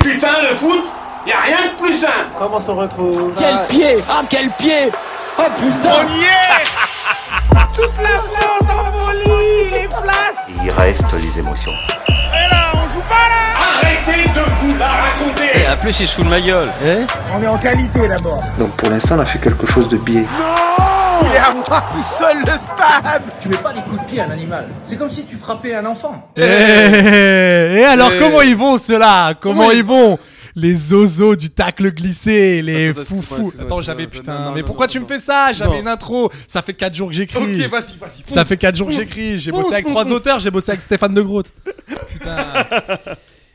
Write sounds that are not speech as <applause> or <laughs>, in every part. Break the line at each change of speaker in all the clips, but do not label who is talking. Putain, le foot, y a rien de plus simple.
Comment se retrouve
Quel pied Ah quel pied Oh putain
<laughs> Toute la France en folie, les places.
Il reste les émotions.
Et là, on joue pas là. Arrêtez de vous la raconter.
En plus, il se fout de ma gueule.
On est en qualité d'abord.
Donc pour l'instant, on a fait quelque chose de biais.
Il est à moi tout seul le stade.
Tu mets pas des coups de pied à un animal. C'est comme si tu frappais un enfant.
Eh, Et alors,
Eh.
comment ils vont ceux-là Comment ils vont Les zozos du tacle glissé, les
Attends, excuse-moi,
foufous. Attends,
excuse-moi, excuse-moi,
j'avais
je-
putain.
non, non,
mais
non,
pourquoi
non,
tu me
non.
fais ça J'avais
Non.
une intro. Ça fait 4 jours que j'écris.
Ok, vas-y, vas-y.
ça
fonce.
fait 4 jours que j'écris. J'ai bossé avec trois auteurs. J'ai bossé avec Stéphane De Groot.
<laughs>
Putain.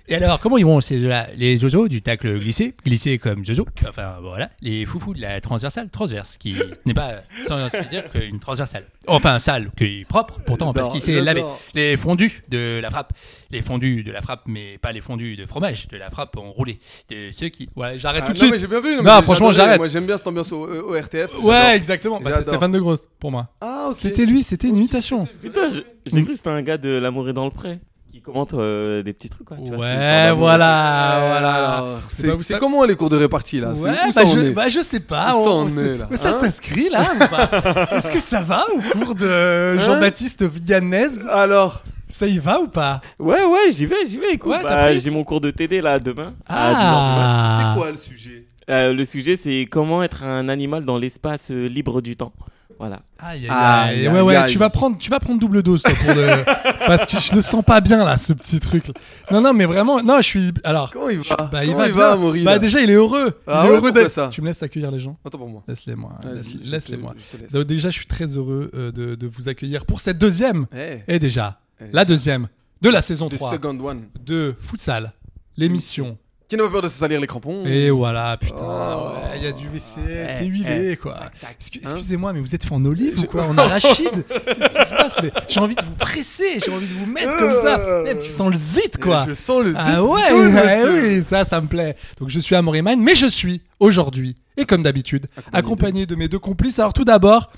Et alors, comment ils vont ces là Les Jojo du tacle glissé, glissé comme Jojo, enfin voilà, les foufous de la transversale, transverse, qui n'est pas
euh,
sans se dire qu'une transversale. Enfin, sale, qui est propre, pourtant, parce qu'il s'est lavé. Les fondus de la frappe, les fondus de la frappe, mais pas les fondus de fromage, de la frappe enroulée. De ceux qui. Ouais, j'arrête
Ah,
tout de
non,
suite.
mais j'ai bien vu.
Non,
mais j'ai-
franchement,
j'adorais.
j'arrête.
Moi, j'aime bien cette ambiance au, euh, au RTF.
Ouais,
j'adore.
exactement. Bah, c'est
J'adore.
Stéphane De Groot pour moi.
Ah, ok.
C'était lui. C'était une imitation.
Putain, je- j'ai cru que c'était un gars de L'amour est dans le pré qui commente euh, des petits trucs. Quoi, tu vois, c'est une sorte
Ouais,
d'amour.
voilà, voilà.
Alors,
Bah, vous
Ah, c'est c'est
savez-
comment les cours de répartie là C'est-
Ouais,
où
bah,
ça en
je,
est
bah, je sais pas.
Où ça en
c'est-
est, là,
mais ça
hein
s'inscrit là ou
<laughs>
pas Est-ce que ça va au cours
Hein
de Jean-Baptiste Villanez
Alors,
Ça y va ou pas
Ouais, ouais, j'y vais, j'y vais. Écoute,
Ouais, t'as
Bah,
pris
j'ai mon cours de TD là demain. à 10 heures du mat.
Ah
bah, c'est quoi le sujet
Euh, le sujet, c'est comment être un animal dans l'espace euh, libre du temps. Voilà.
Aïe, aïe,
Aïe,
aïe.
Ouais, ouais,
aïe.
tu vas prendre, tu vas prendre double dose toi, pour
<laughs>
le- parce que je le sens pas bien là, ce petit truc. là. Non, non, mais vraiment, non, je suis. Alors,
Comment il va
bah, il
Comment
va,
il va,
bien.
Amaury,
Bah
là
déjà, il est heureux.
Ah
il est
ouais,
heureux
pourquoi
d'être-
ça
Tu me laisses accueillir les gens
Attends pour moi.
Laisse-les-moi, hein.
Vas-y,
laisse-
je te-
laisse-les-moi.
je te laisse.
Donc, déjà, je suis très heureux euh, de, de vous accueillir pour cette deuxième.
Hey,
Et déjà,
Eh,
la deuxième de la saison
the
3
second one.
de Futsal, l'émission.
Qui n'a pas peur de se salir les crampons
Et voilà, putain,
Mmh. Oh.
ouais, il y a du WC,
Eh,
c'est huilé, quoi. Excu-
hein.
Excusez-moi, mais vous êtes fait en olive ou quoi En
<laughs>
arachide Qu'est-ce qui se passe Mais J'ai envie de vous presser, j'ai envie de vous mettre comme ça.
Euh. Eh,
Eh, tu sens le zit, quoi.
Je sens le
Ah
zit-
ouais,
zitoune,
ouais,
monsieur.
oui, ça, ça me plaît. Donc je suis à Mine, mais je suis aujourd'hui, et comme d'habitude, accompagné, de mes deux complices. Alors tout d'abord,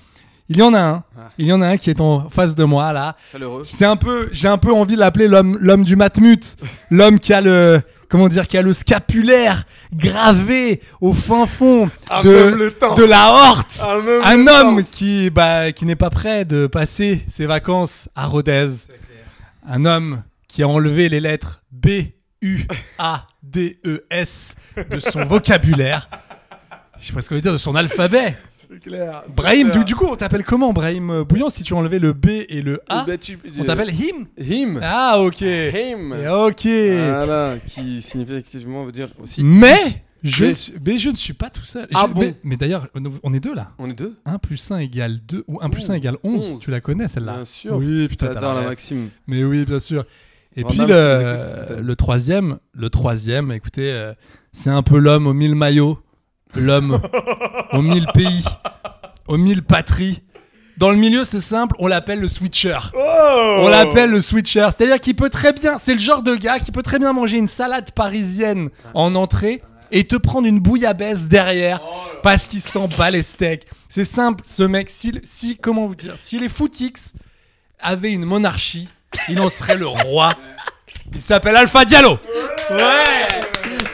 il y en a un,
Ah.
il y en a un qui est en face de moi là.
Chaleureux.
C'est un peu, j'ai un peu envie de l'appeler l'homme, l'homme du matmut, l'homme qui a le, comment dire, qui a le scapulaire gravé au fin fond
Un homme le temps.
de, de la horte.
Un homme
Un
le
homme
temps.
qui, bah, qui n'est pas prêt de passer ses vacances à Rodez. Un homme qui a enlevé les lettres B, U, A, D, E, S de
<laughs>
son vocabulaire. Je sais pas ce qu'on veut dire de son alphabet.
C'est clair. c'est
Brahim,
clair.
du, du coup, on t'appelle comment, Brahim euh, Bouillant Si tu enlevais le B et le
Eh
A,
ben, tu-
on
euh,
t'appelle him
Him.
Ah, ok.
Him.
Et Ok.
Voilà, qui signifie effectivement veut dire aussi.
Mais je,
Eh Mais-
ne suis- mais je ne suis pas tout seul.
Ah
Je-
bon
mais mais d'ailleurs, on est deux là.
On est deux
1 plus 1 égale 2 ou 1 plus 1
Oh,
égale 11.
11.
Tu la connais celle-là
Bien sûr.
Oui, putain, t'as
J'adore
la
la
ref.
maxime.
Mais oui, bien sûr. Et
Bon,
puis
Nam, si vous
le,
écoutez,
le troisième, le troisième, écoutez, euh, c'est un peu l'homme aux mille maillots, l'homme aux mille pays, aux mille patries. Dans le milieu, c'est simple, on l'appelle le switcher.
Oh.
Oh.
On l'appelle le switcher, c'est-à-dire qu'il peut très bien, c'est le genre de gars qui peut très bien manger une salade parisienne en entrée et te prendre une bouillabaisse derrière parce qu'il s'en bat les steaks. C'est simple, ce mec, si, si comment vous dire, si les footix avait une monarchie, il en serait le roi. Il s'appelle Alpha Diallo. Ouais.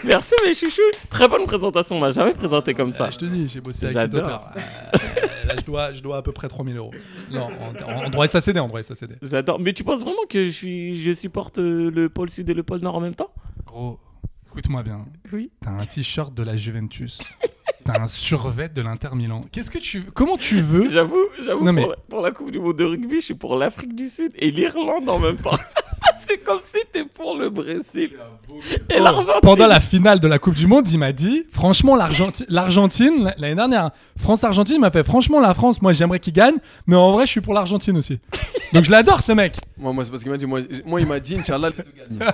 Merci, mes chouchous. Très bonne présentation. On m'a jamais présenté comme ça.
Euh, Je te dis, j'ai bossé avec
J'adore.
d'auteurs. Euh, là, je dois, je dois à peu près 3000 euros. Non, en, en- en droit SACD, en droit SACD.
J'adore. Mais tu penses vraiment que je, suis, je supporte euh, le pôle sud et le pôle nord en même temps
Gros, écoute-moi bien.
Oui.
T'as un t-shirt de la Juventus. T'as un survêt de l'Inter Milan. Qu'est-ce que tu veux Comment tu veux
J'avoue, j'avoue.
Non, mais-
Pour, la- pour la Coupe du Monde de rugby, je suis pour l'Afrique du Sud et l'Irlande en même temps. <laughs> c'est comme si t'es pour le Brésil. Et
Oh,
l'Argentine.
Pendant la finale de la Coupe du Monde, il m'a dit, franchement, l'Argenti- l'Argentine, l'année dernière, France-Argentine, il m'a fait, franchement, la France, moi, j'aimerais qu'il gagne, mais en vrai, je suis pour l'Argentine aussi. Donc, je l'adore, ce mec.
Moi, moi c'est parce qu'il m'a dit, moi, j- moi, il m'a dit, Inch'Allah, les deux gagnent.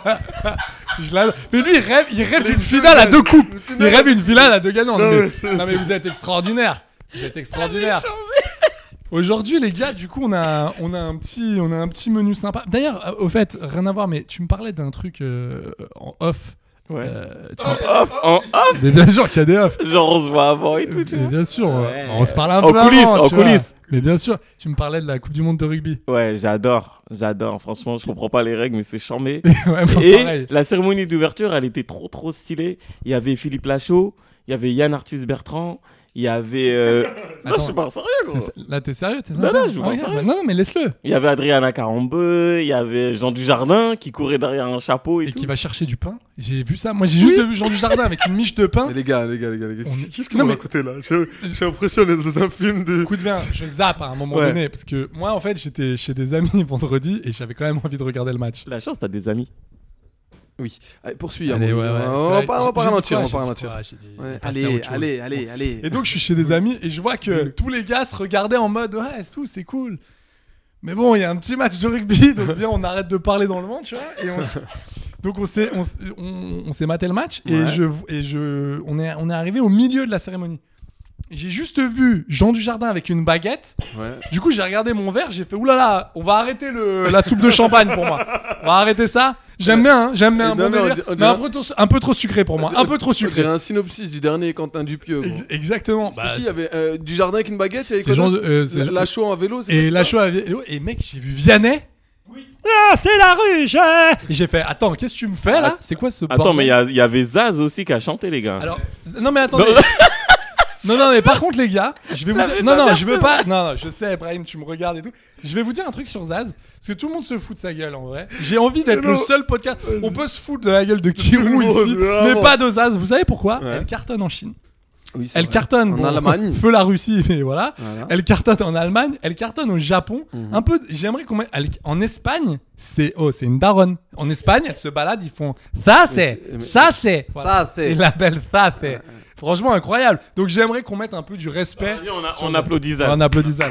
Je l'adore. mais lui, il rêve, il rêve d'une finale à deux coupes. Il rêve d'une finale à deux gagnants.
Non,
mais-
mais c'est-
non, mais vous êtes extraordinaire. Vous êtes extraordinaire.
Ah,
Aujourd'hui, les gars, du coup, on a, on a, un, petit, on a un petit menu sympa. D'ailleurs, euh, au fait, rien à voir, mais tu me parlais d'un truc euh, en off.
Ouais.
Euh, tu vois-
Off, en off,
mais bien sûr qu'il y a des off.
genre on se voit avant et tout, tu
Mais
vois.
bien sûr, euh, on se parle un
En
peu
coulisses,
avant,
en
tu vois.
coulisses.
Mais bien sûr, tu me parlais de la Coupe du Monde de rugby. <laughs>
Ouais, j'adore, j'adore. Franchement, je comprends pas les règles, mais c'est charmé.
ouais, moi,
Et
<laughs> pareil.
la cérémonie d'ouverture, elle était trop trop stylée. Il y avait Philippe Lachaud, il y avait Yann Arthus Bertrand, il y avait. <laughs> euh, Non, je suis pas sérieux. gros.
C'est- Là, t'es sérieux, t'es
Non,
sincère
non, je vous
Ah,
parle
ok,
sérieux.
bah non, non, mais laisse-le.
Il y avait Adriana Carambeu, il y avait Jean Dujardin qui courait derrière un chapeau et,
Et
tout.
qui va chercher du pain. J'ai vu ça. Moi, j'ai juste vu Jean Dujardin avec une miche de pain.
Mais les gars, les gars, les gars, les gars,
On
qu'est-ce
est-
qu'est-ce
Non,
qu'on
mais-
m'a écouté là J'ai j'ai l'impression d'être dans un film de.
Écoute bien, je zappe à un moment
Ouais.
donné parce que moi, en fait, j'étais chez des amis <laughs> vendredi et j'avais quand même envie de regarder le match.
La chance, t'as des amis.
Oui, allez, poursuis.
Allez,
hein,
ouais, ouais, c'est
on
vrai,
va pas, on
j'ai-
va pas
j'ai dit
ralentir,
quoi,
on va pas
j'ai dit
ralentir.
quoi, j'ai dit,
Ouais,
passer à autre chose.
allez, allez.
Et donc je suis chez des amis et je vois que tous les gars se regardaient en mode ouais c'est tout c'est cool. Mais bon il y a un petit match de rugby <laughs> donc bien on arrête de parler dans le vent tu vois et on
<laughs>
s- donc on s'est on, s- on- on s'est maté le match et
Ouais.
je et je on est on est arrivé au milieu de la cérémonie. J'ai juste vu Jean Dujardin avec une baguette.
Ouais.
Du coup, j'ai regardé mon verre, j'ai fait oulala, on va arrêter le, la soupe de champagne pour moi. On va arrêter ça. J'aime bien, hein, j'aime bien.
Et
un bon
non, mais on
délire,
dirait- on
mais un
dirait-
peu, trop, un peu trop sucré pour moi. Un peu trop
J'ai
sucré.
un synopsis du dernier Quentin Dupieux. gros.
Ex- Exactement.
C'est
Bah,
qui Il y avait euh, du jardin avec une baguette et
C'est genre de- euh, c'est-
Lachaud en vélo. c'est
Et
pas-
la show à vélo. Et mec, j'ai vu Vianney. Ah, c'est la ruche hein Et J'ai fait, attends, qu'est-ce que tu me fais là C'est quoi ce
Attends,
bordel
mais il y, a- il y avait Zaz aussi qui a chanté, les gars.
Alors, non mais attendez. <laughs> Non, non, mais par contre, les gars, je vais vous dire. Non, non, je veux pas. Non, non, je sais, Ibrahim, tu me regardes et tout. Je vais vous dire un truc sur Zaz. Parce que tout le monde se fout de sa gueule en vrai. J'ai envie d'être le seul podcast. On peut se foutre de la gueule de Kirou <laughs>
monde,
ici, mais
vraiment.
pas de Zaz. Vous savez pourquoi Elle cartonne en Chine.
Oui, c'est
Elle
vrai.
cartonne
En
bon, <laughs>
Allemagne.
Feu la Russie, mais voilà.
Voilà. Mhm.
Elle cartonne en Allemagne, elle cartonne au Japon. Un peu, j'aimerais qu'on mette. elle- En Espagne, c'est oh, c'est une daronne. En Espagne, elle se balade, ils font ça c'est,
Mais c'est- mais-
ça c'est, Voilà.
Ça, c'est.
Ils l'appellent ça c'est. Franchement incroyable. Donc j'aimerais qu'on mette un peu du respect.
Vas-y, on, a-
sur
on
ça.
applaudit Zaz.
On applaudit ça.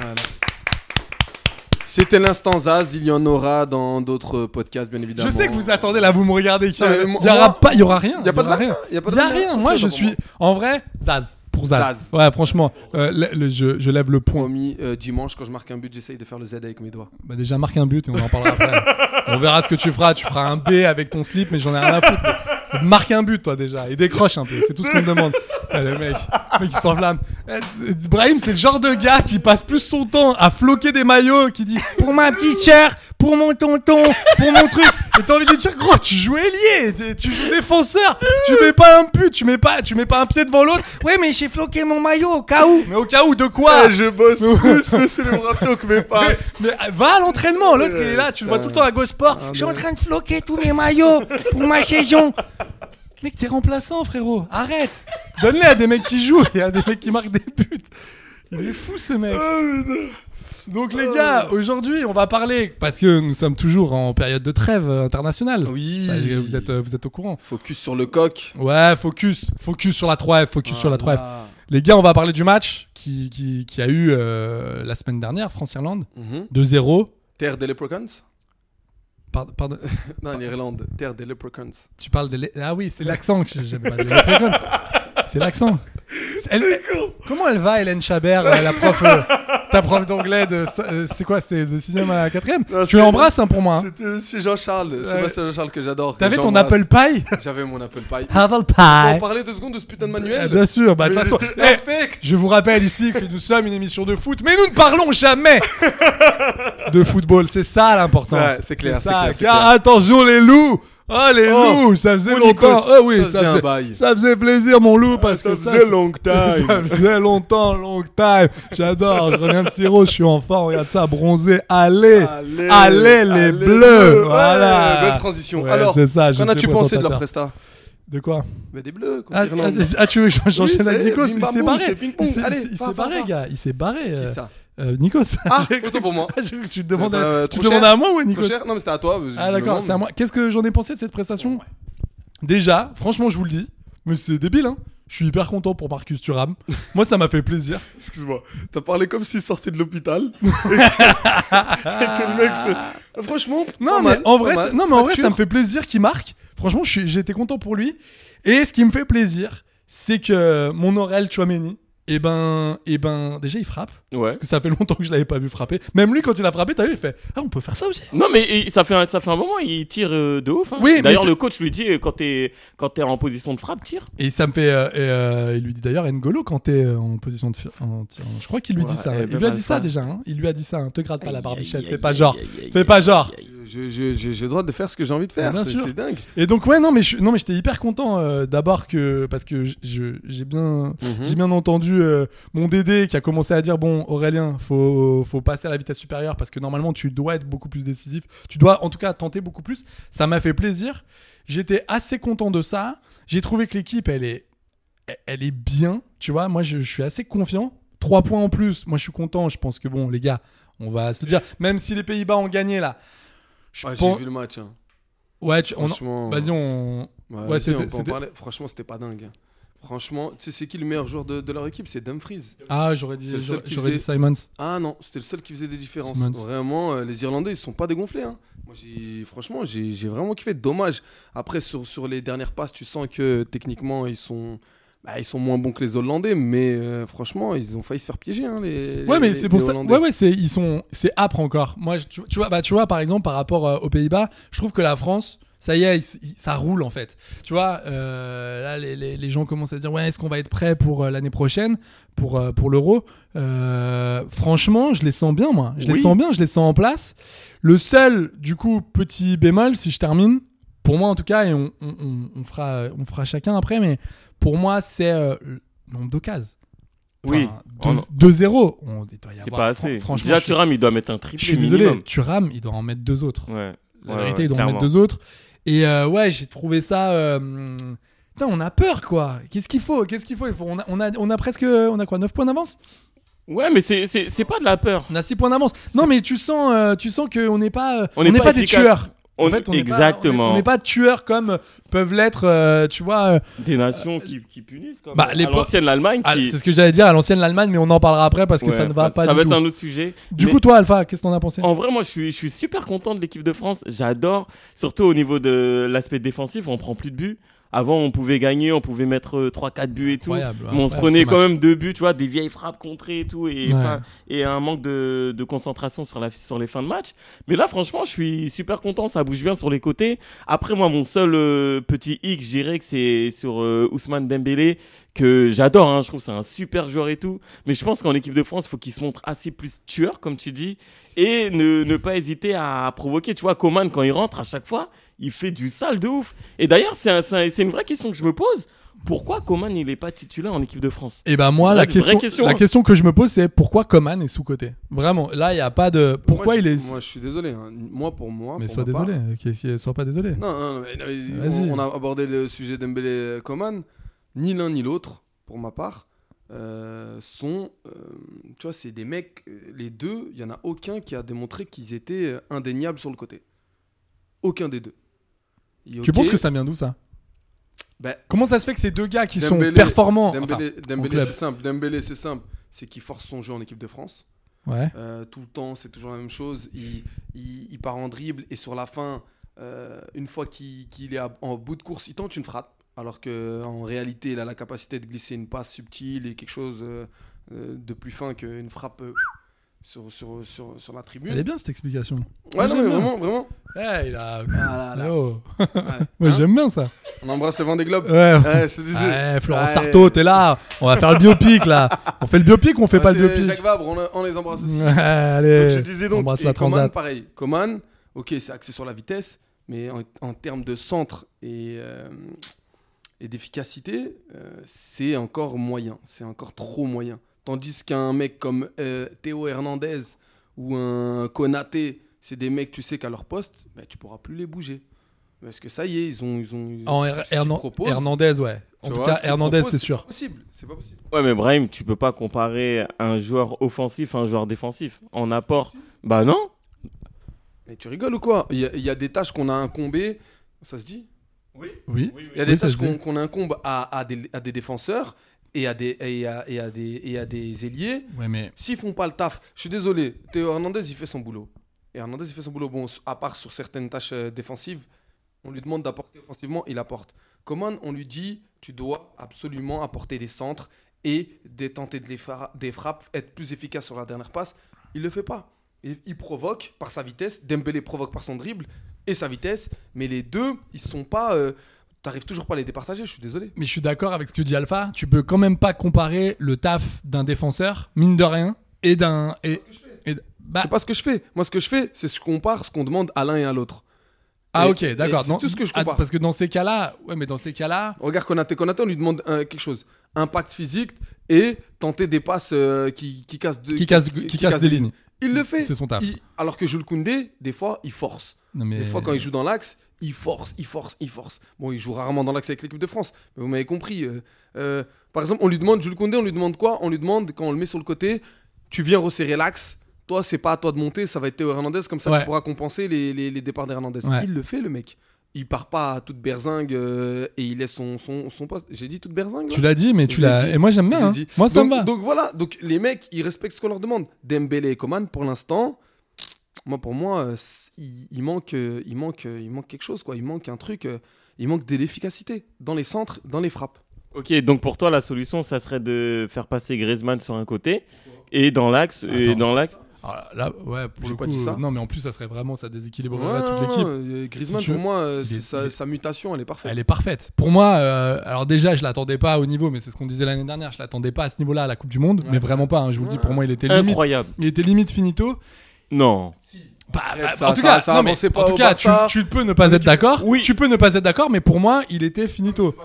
C'était l'instant Zaz. Il y en aura dans d'autres podcasts, bien évidemment.
Je sais que vous attendez là, vous me regardez. Il
Non, mais moi-
y aura
moi-
pas, il y aura rien.
Y a pas de
aura
vanne,
rien.
hein Y a pas de
Y a
vanne, hein
rien.
Ok,
Moi je
autant pour
suis en vrai Zaz pour Zaz.
Zaz.
Ouais franchement, euh, le- le- je, je lève le point.
Promis, euh, dimanche, quand je marque un but, j'essaye de faire le Z avec mes doigts.
Bah déjà marque un but et on en parlera
<laughs>
après. on verra ce que tu feras. Tu feras un B avec ton slip, mais j'en ai rien à foutre. Mais Marque un but toi déjà et décroche un peu. C'est tout ce qu'on te demande. Ah, le mec, le mec qui s'enflamme. Eh, c'est- Brahim, c'est le genre de gars qui passe plus son temps à floquer des maillots, qui dit pour ma petite sœur, pour mon tonton, pour mon truc. Et t'as envie de lui dire gros, tu joues ailier, t'es- tu joues défenseur, tu mets pas un but, tu mets pas, tu mets pas un pied devant l'autre. Ouais, mais j'ai floqué mon maillot au cas où. Mais au cas où de quoi
Eh, je bosse plus mes célébrations que mes
<laughs> mais,
passes.
mais, euh, va à l'entraînement, l'autre il est là, tu le vois tout le temps à GoSport.
Ah,
Je suis en train de floquer tous mes maillots pour ma saison. Mec, t'es remplaçant, frérot. Arrête. Donne-les à des mecs qui jouent et à des mecs qui marquent des buts. Il est fou ce mec.
Ah,
Donc les gars, aujourd'hui on va parler parce que nous sommes toujours en période de trêve euh, internationale.
Oui.
Bah, euh, vous êtes euh, vous êtes au courant.
Focus sur le coq.
Ouais, focus, focus sur la 3F, focus sur la 3F.
Voilà.
Les gars, on va parler du match qui, qui, qui a eu euh, la semaine dernière, France-Irlande,
Mhm.
2-0.
Terre des leprechauns
Pardon, pardon. <laughs>
Non, en Irlande. Terre des leprechauns.
Tu parles de. l'é- Ah oui, c'est l'accent que j'aime pas. Les leprechauns. C'est l'accent. C'est- elle- Comment elle va, Hélène Chabert, euh, la prof, euh, ta prof d'anglais de. euh, C'est quoi C'était de 6ème à 4ème
Non,
Tu
c'était-
l'embrasses hein, pour moi. hein.
C'était monsieur Jean-Charles. C'est pas Jean-Charles que j'adore.
T'avais
que
ton
j'embrasse.
Apple Pie
J'avais mon Apple Pie.
Apple
On
Pie
parlait deux secondes de ce putain de
Ah,
manuel.
Bien sûr, bah de
Mais
toute façon.
c'était
Eh,
Perfect.
je vous rappelle ici que nous sommes une émission de foot, mais nous ne parlons jamais de football. C'est ça l'important.
Ouais, c'est clair, c'est
ça.
clair, c'est
Car
clair.
attention les loups. Oh les
Oh,
loups, ça faisait
oh,
longtemps.
Nikos,
Ah oui,
ça
ça,
faisait un
faisait,
bail.
ça faisait plaisir mon loup parce
ça
que
faisait
c'est-
long
<laughs>
time.
Ça faisait longtemps, long time. J'adore. Je reviens de Siro, je suis enfant. Regarde ça, bronzé. Allez, allez, les
allez,
bleus.
bleus.
Voilà.
Ouais, belle transition.
Ouais,
Alors,
c'est ça. je
Qu'en
suis
as-tu pensé de leur
présentateur.
presta
De quoi
Bah, Des bleus contre
ah,
l'Irlande.
ah, ah, tu veux que j'en- j'enchaîne
Oui,
avec
c'est-
Nico
bim,
Il
bam,
s'est
boum,
barré.
c'est ping-pong.
Il s'est-
Allez,
il
va,
s'est
va,
barré,
va.
gars. Il s'est barré.
Qui
euh,
ça
Euh, Nikos. <laughs>
Ah, autant pour moi.
Je- tu te demandes, à,
Euh,
tu
trop
te demandes
cher
à moi ou à
Trop
Nikos
cher Non, mais c'était à toi.
Ah d'accord, c'est à moi. Qu'est-ce que j'en ai pensé de cette prestation Déjà, franchement, je vous le dis, mais c'est débile, hein. Je suis hyper content pour Marcus Thuram.
<laughs>
Moi, ça m'a fait plaisir.
Excuse-moi, t'as parlé comme s'il sortait de
<laughs>
l'hôpital. et que le mec
Ah,
se- Franchement,
Non,
pas
mais
mal,
en
pas
vrai,
mal.
ça, non, mais en vrai,
Facture.
ça me fait plaisir qu'il marque. Franchement, je suis- j'ai été content pour lui. Et ce qui me fait plaisir, c'est que mon Aurel Chouameni, eh ben, eh ben, déjà, il frappe.
Ouais.
Parce que ça fait <laughs> longtemps que je l'avais pas vu frapper. Même lui, quand il a frappé, t'as vu, il fait Ah, on peut faire ça aussi.
Non, mais il- ça fait, un, ça fait un moment, il tire euh, de ouf. hein.
Oui, mais
D'ailleurs,
c'est-
le coach lui dit euh, quand t'es quand t'es en position de frappe, tire.
Et ça me fait. euh, et, euh, il lui dit d'ailleurs N'Golo quand t'es euh, en position de. fi- en- en- je crois qu'il lui
Ouais,
dit ça.
eh ben,
Il lui a
mal
dit ça
ça.
déjà. hein. Il lui a dit ça. hein. Te gratte pas la barbichette. Fais pas genre. Fais pas genre.
J'ai j'ai le droit de faire ce que j'ai envie de faire.
Bien
c'est-
sûr.
C'est dingue.
Et donc ouais non mais je, non mais j'étais hyper content euh, d'abord que parce que j- je j'ai bien j'ai bien entendu euh, mon Dédé qui a commencé à dire bon Aurélien faut faut passer à la vitesse supérieure parce que normalement tu dois être beaucoup plus décisif tu dois en tout cas tenter beaucoup plus ça m'a fait plaisir j'étais assez content de ça j'ai trouvé que l'équipe elle est elle- elle est bien tu vois moi je, je suis assez confiant trois points en plus moi je suis content je pense que bon les gars on va se le dire même si les Pays-Bas ont gagné là je
Ah, J'ai
pense-
vu le match. hein.
ouais tu- on en-
Franchement.
vas-y on
Ouais,
Ouais,
vas-y,
c'était-
on peut en
c'était-
parler. Franchement, c'était pas dingue. hein. Franchement, tu sais, c'est qui le meilleur joueur de, de leur équipe C'est Dumfries.
Ah, j'aurais dit,
C'est le seul
j'aurais
qui
j'aurais dit
faisait-
Simons.
Ah non, c'était le seul qui faisait des différences.
Simmons.
Vraiment, euh, les Irlandais, ils sont pas dégonflés. hein. Moi, j'ai- franchement, j'ai j'ai vraiment kiffé. Dommage. Après, sur, sur les dernières passes, tu sens que techniquement, ils sont. bah, ils sont moins bons que les Hollandais, mais euh, franchement, ils ont failli se faire piéger. hein, les,
Ouais,
les-
mais
les-
c'est pour
les
ça.
Hollandais.
Ouais, ouais, c'est ils sont, c'est âpre encore. Moi, je- tu, tu vois, bah, tu vois, par exemple, par rapport euh, aux Pays-Bas, je trouve que la France. Ça y est, ils- ils- ça roule en fait. Tu vois, euh, là les, les- les gens commencent à dire ouais, est-ce qu'on va être prêt pour euh, l'année prochaine, pour euh, pour l'euro Euh, Franchement, je les sens bien moi. Je les
Oui.
sens bien, je les sens en place. Le seul, du coup, petit bémol, si je termine, pour moi en tout cas, et on, on- on- on fera on fera chacun après, mais pour moi c'est euh, le nombre d'occasions.
Oui.
Enfin,
Oh
deux-
non.
2-0. on il doit y
C'est
avoir-
pas
Ben fran-
assez.
franchement,
Déjà,
je suis-
Thuram, il doit mettre un triplé
je suis désolé.
minimum.
Tu rames, il doit en mettre deux autres.
Ouais.
La
Ouais,
vérité,
ouais,
il doit en
clairement.
mettre deux autres. Et euh, ouais, j'ai trouvé ça. euh, hum, Putain, on a peur quoi. Qu'est-ce qu'il faut Qu'est-ce qu'il faut, Il faut- on, a, on, a, on a presque. On a quoi 9 points d'avance
Ouais, mais c'est- c'est c'est pas de la peur.
On a 6 points d'avance. Non, mais tu sens, euh, tu sens qu'on n'est pas, euh,
On
on
n'est
n'est
pas
pas des
efficace.
tueurs.
On-
en fait, on n'est pas-
exactement.
on n'est- on n'est pas, tueurs comme peuvent l'être, euh, tu vois. euh,
Des nations qui, qui punissent. Comme
bah, les
à
po-
l'ancienne l'Allemagne.
ah,
qui...
c'est ce que j'allais dire à l'ancienne l'Allemagne, mais on en parlera après parce que
Ouais,
ça ne va pas
Ça
du
va
tout.
être un autre sujet.
Du
Mais
coup, toi, Alpha, qu'est-ce qu'on a pensé
En vrai, moi, je suis, je suis super content de l'équipe de France. J'adore, surtout au niveau de l'aspect défensif, on prend plus de buts. Avant, on pouvait gagner, on pouvait mettre euh, 3-4 buts et tout.
Incroyable,
mais on se
incroyable,
prenait
ce
quand
match.
même deux buts, tu vois, des vieilles frappes contrées et tout, et,
Ouais.
enfin, et un manque de, de concentration sur, la, sur les fins de match. Mais là, franchement, je suis super content, ça bouge bien sur les côtés. Après, moi, mon seul euh, petit hic, je dirais que c'est sur euh, Ousmane Dembélé, que j'adore, hein, je trouve que c'est un super joueur et tout. Mais je pense qu'en équipe de France, il faut qu'il se montre assez plus tueur, comme tu dis, et ne, ne pas hésiter à provoquer. Tu vois, Coman, quand il rentre, à chaque fois, il fait du sale de ouf. Et d'ailleurs, c'est un- c'est un- c'est une vraie question que je me pose. Pourquoi Coman, il n'est pas titulaire en équipe de France
Et ben moi,
Vraie-
la
vraie
question,
question,
la
hein.
question que je me pose, c'est pourquoi Coman est sous-côté Vraiment, là, il n'y a pas de. Pourquoi
Moi,
il
je-
est.
Moi, je suis désolé. hein. Moi, pour moi.
mais
pour
sois
ma part-
désolé, qu'est-ce qu'il- sois pas désolé.
Non, non, mais- non, mais
Vas-y.
on, on a abordé le sujet Dembélé-Coman. Ni l'un ni l'autre, pour ma part, euh, sont. euh, tu vois, c'est des mecs. euh, Les deux, il y en a aucun qui a démontré qu'ils étaient euh, indéniables sur le côté. Aucun des deux. Et
Tu
ok,
penses que ça vient d'où ça
bah,
Comment ça se fait que ces deux gars qui
Dembélé-
sont performants.
Dembélé, Dembélé,
club.
c'est simple. Dembélé, c'est simple. C'est qu'il force son jeu en équipe de France.
enfin, ouais.
Euh, tout le temps, c'est toujours la même chose. Il, il- il part en dribble et sur la fin, euh, une fois qu'il qu'il est à- en bout de course, il tente une frappe. Alors qu'en réalité, il a la capacité de glisser une passe subtile et quelque chose euh, euh, de plus fin qu'une frappe euh, sur, sur, sur, sur la tribune.
Elle est bien cette explication.
Ouais,
Moi,
non,
j'aime
mais
bien.
vraiment, vraiment.
Eh, il a.
Ah là là.
Yo.
Ouais.
<laughs> Moi,
Hein
j'aime bien ça.
On embrasse le vent des globes.
Ouais.
Ouais, Ah, je te disais.
Ouais, Florence
Ouais.
Sarto, t'es là. On va faire le biopic
<laughs>
là. On fait le biopic ou on fait
Ouais,
pas le
c'est
biopic
Jacques Vabre, on, le- on les embrasse aussi.
Ouais, Allez.
Donc, je disais donc,
Euh, Embrasse
et
la
Coman,
transat.
pareil. Coman, ok, c'est axé sur la vitesse, mais en, en termes de centre et, euh, et d'efficacité, euh, c'est encore moyen. C'est encore trop moyen. Tandis qu'un mec comme euh, Théo Hernandez ben, ou un Konaté, c'est des mecs, tu sais qu'à leur poste, bah, tu pourras plus les bouger. Parce que ça y est, ils ont. Ils ont ils-
En
ce
Her-
qu'ils
Hernan-
proposent,
Hernandez, ouais. En
tu
tout
vois,
cas,
ce qu'ils
Hernandez,
proposent,
c'est sûr.
pas possible. C'est pas possible.
Ouais, mais Brahim, tu peux pas comparer un joueur offensif à un joueur défensif en apport. Bah non.
Mais tu rigoles ou quoi Il y, a- il y a des tâches qu'on a incombées. Ça se dit
Oui.
Il y a des
Oui, ça
tâches
se dit.
qu'on qu'on incombe à, à, des, à des défenseurs et à des, et à, et à des, et à des ailiers.
Ouais, mais
S'ils font pas le taf, je suis désolé, Théo Hernandez, il fait son boulot. Et Hernandez, il fait son boulot. Bon, s- à part sur certaines tâches euh, défensives, on lui demande d'apporter offensivement, il apporte. Coman, on lui dit, tu dois absolument apporter des centres et des tenter de les fra- des frappes, être plus efficace sur la dernière passe. Il le fait pas. Il, il provoque par sa vitesse, Dembélé provoque par son dribble et sa vitesse, mais les deux, ils sont pas... euh, T'arrives toujours pas à les départager, je suis désolé.
Mais je suis d'accord avec ce que dit Alpha. Tu peux quand même pas comparer le taf d'un défenseur, mine de rien, et d'un. Et, et d- bah,
C'est pas ce que je fais. Moi, ce que je fais, c'est ce qu'on compare ce qu'on demande à l'un et à l'autre.
ah,
et-
ok,
et
d'accord.
c'est
Non,
tout ce que je
ah,
compare.
Parce que dans ces cas-là, ouais, mais dans ces cas-là,
Regarde Konaté, Konaté, on lui demande euh, quelque chose. Impact physique et tenter des passes euh, qui, qui cassent, de-
qui casse, qui, casse des lignes.
Il le fait.
C'est son taf.
Il- alors que Jules Koundé, des fois, il force.
Non, mais...
Des fois, quand il joue dans l'axe, il force, il force, il force. Bon, il joue rarement dans l'axe avec l'équipe de France, mais vous m'avez compris. euh, euh, par exemple, on lui demande, Jules Koundé, on lui demande quoi On lui demande, quand on le met sur le côté, tu viens resserrer l'axe. Toi, c'est pas à toi de monter, ça va être Théo Hernandez, comme ça
Ouais.
tu pourras compenser les, les- les départs d'Hernandez.
Ouais.
Il le fait, le mec. Il part pas à toute berzingue euh, et il laisse son, son, son poste. J'ai dit toute berzingue là
Tu l'as dit, mais tu
Je l'ai
l'as.
dit.
Et moi, j'aime bien. hein.
j'ai dit.
Moi, ça
donc,
me va.
Donc voilà, donc les mecs, ils respectent ce qu'on leur demande. Dembélé et Coman, pour l'instant, moi pour moi, euh, c- il, il manque, euh, il manque, euh, il manque quelque chose quoi. Il manque un truc, euh, il manque de l'efficacité dans les centres, dans les frappes.
Ok, donc pour toi la solution, ça serait de faire passer Griezmann sur un côté et dans l'axe et
Attends.
dans l'axe.
Alors Ah, là, ouais, pour
J'ai
le
pas
coup,
dit ça.
euh, non, mais en plus, ça serait vraiment, ça déséquilibrerait
Ouais,
toute
non,
l'équipe.
non, euh, Griezmann,
Si tu
pour
veux.
moi, euh,
Il est-
c'est sa,
il est-
sa mutation, elle est parfaite.
Elle est parfaite. Pour moi, euh, alors déjà, je l'attendais pas au niveau, mais c'est ce qu'on disait l'année dernière. Je l'attendais pas à ce niveau-là à la Coupe du Monde, mais vraiment pas. hein, je vous le dis, pour moi, il était limite,
Incroyable.
il était limite finito.
Non.
Bah, bah,
ça,
en tout
ça-
cas,
ça
non, mais
avançait pas
en tout
au
cas, tu,
Barça.
tu peux ne pas être d'accord.
Oui.
Tu peux ne pas être d'accord, mais pour moi, il était finito.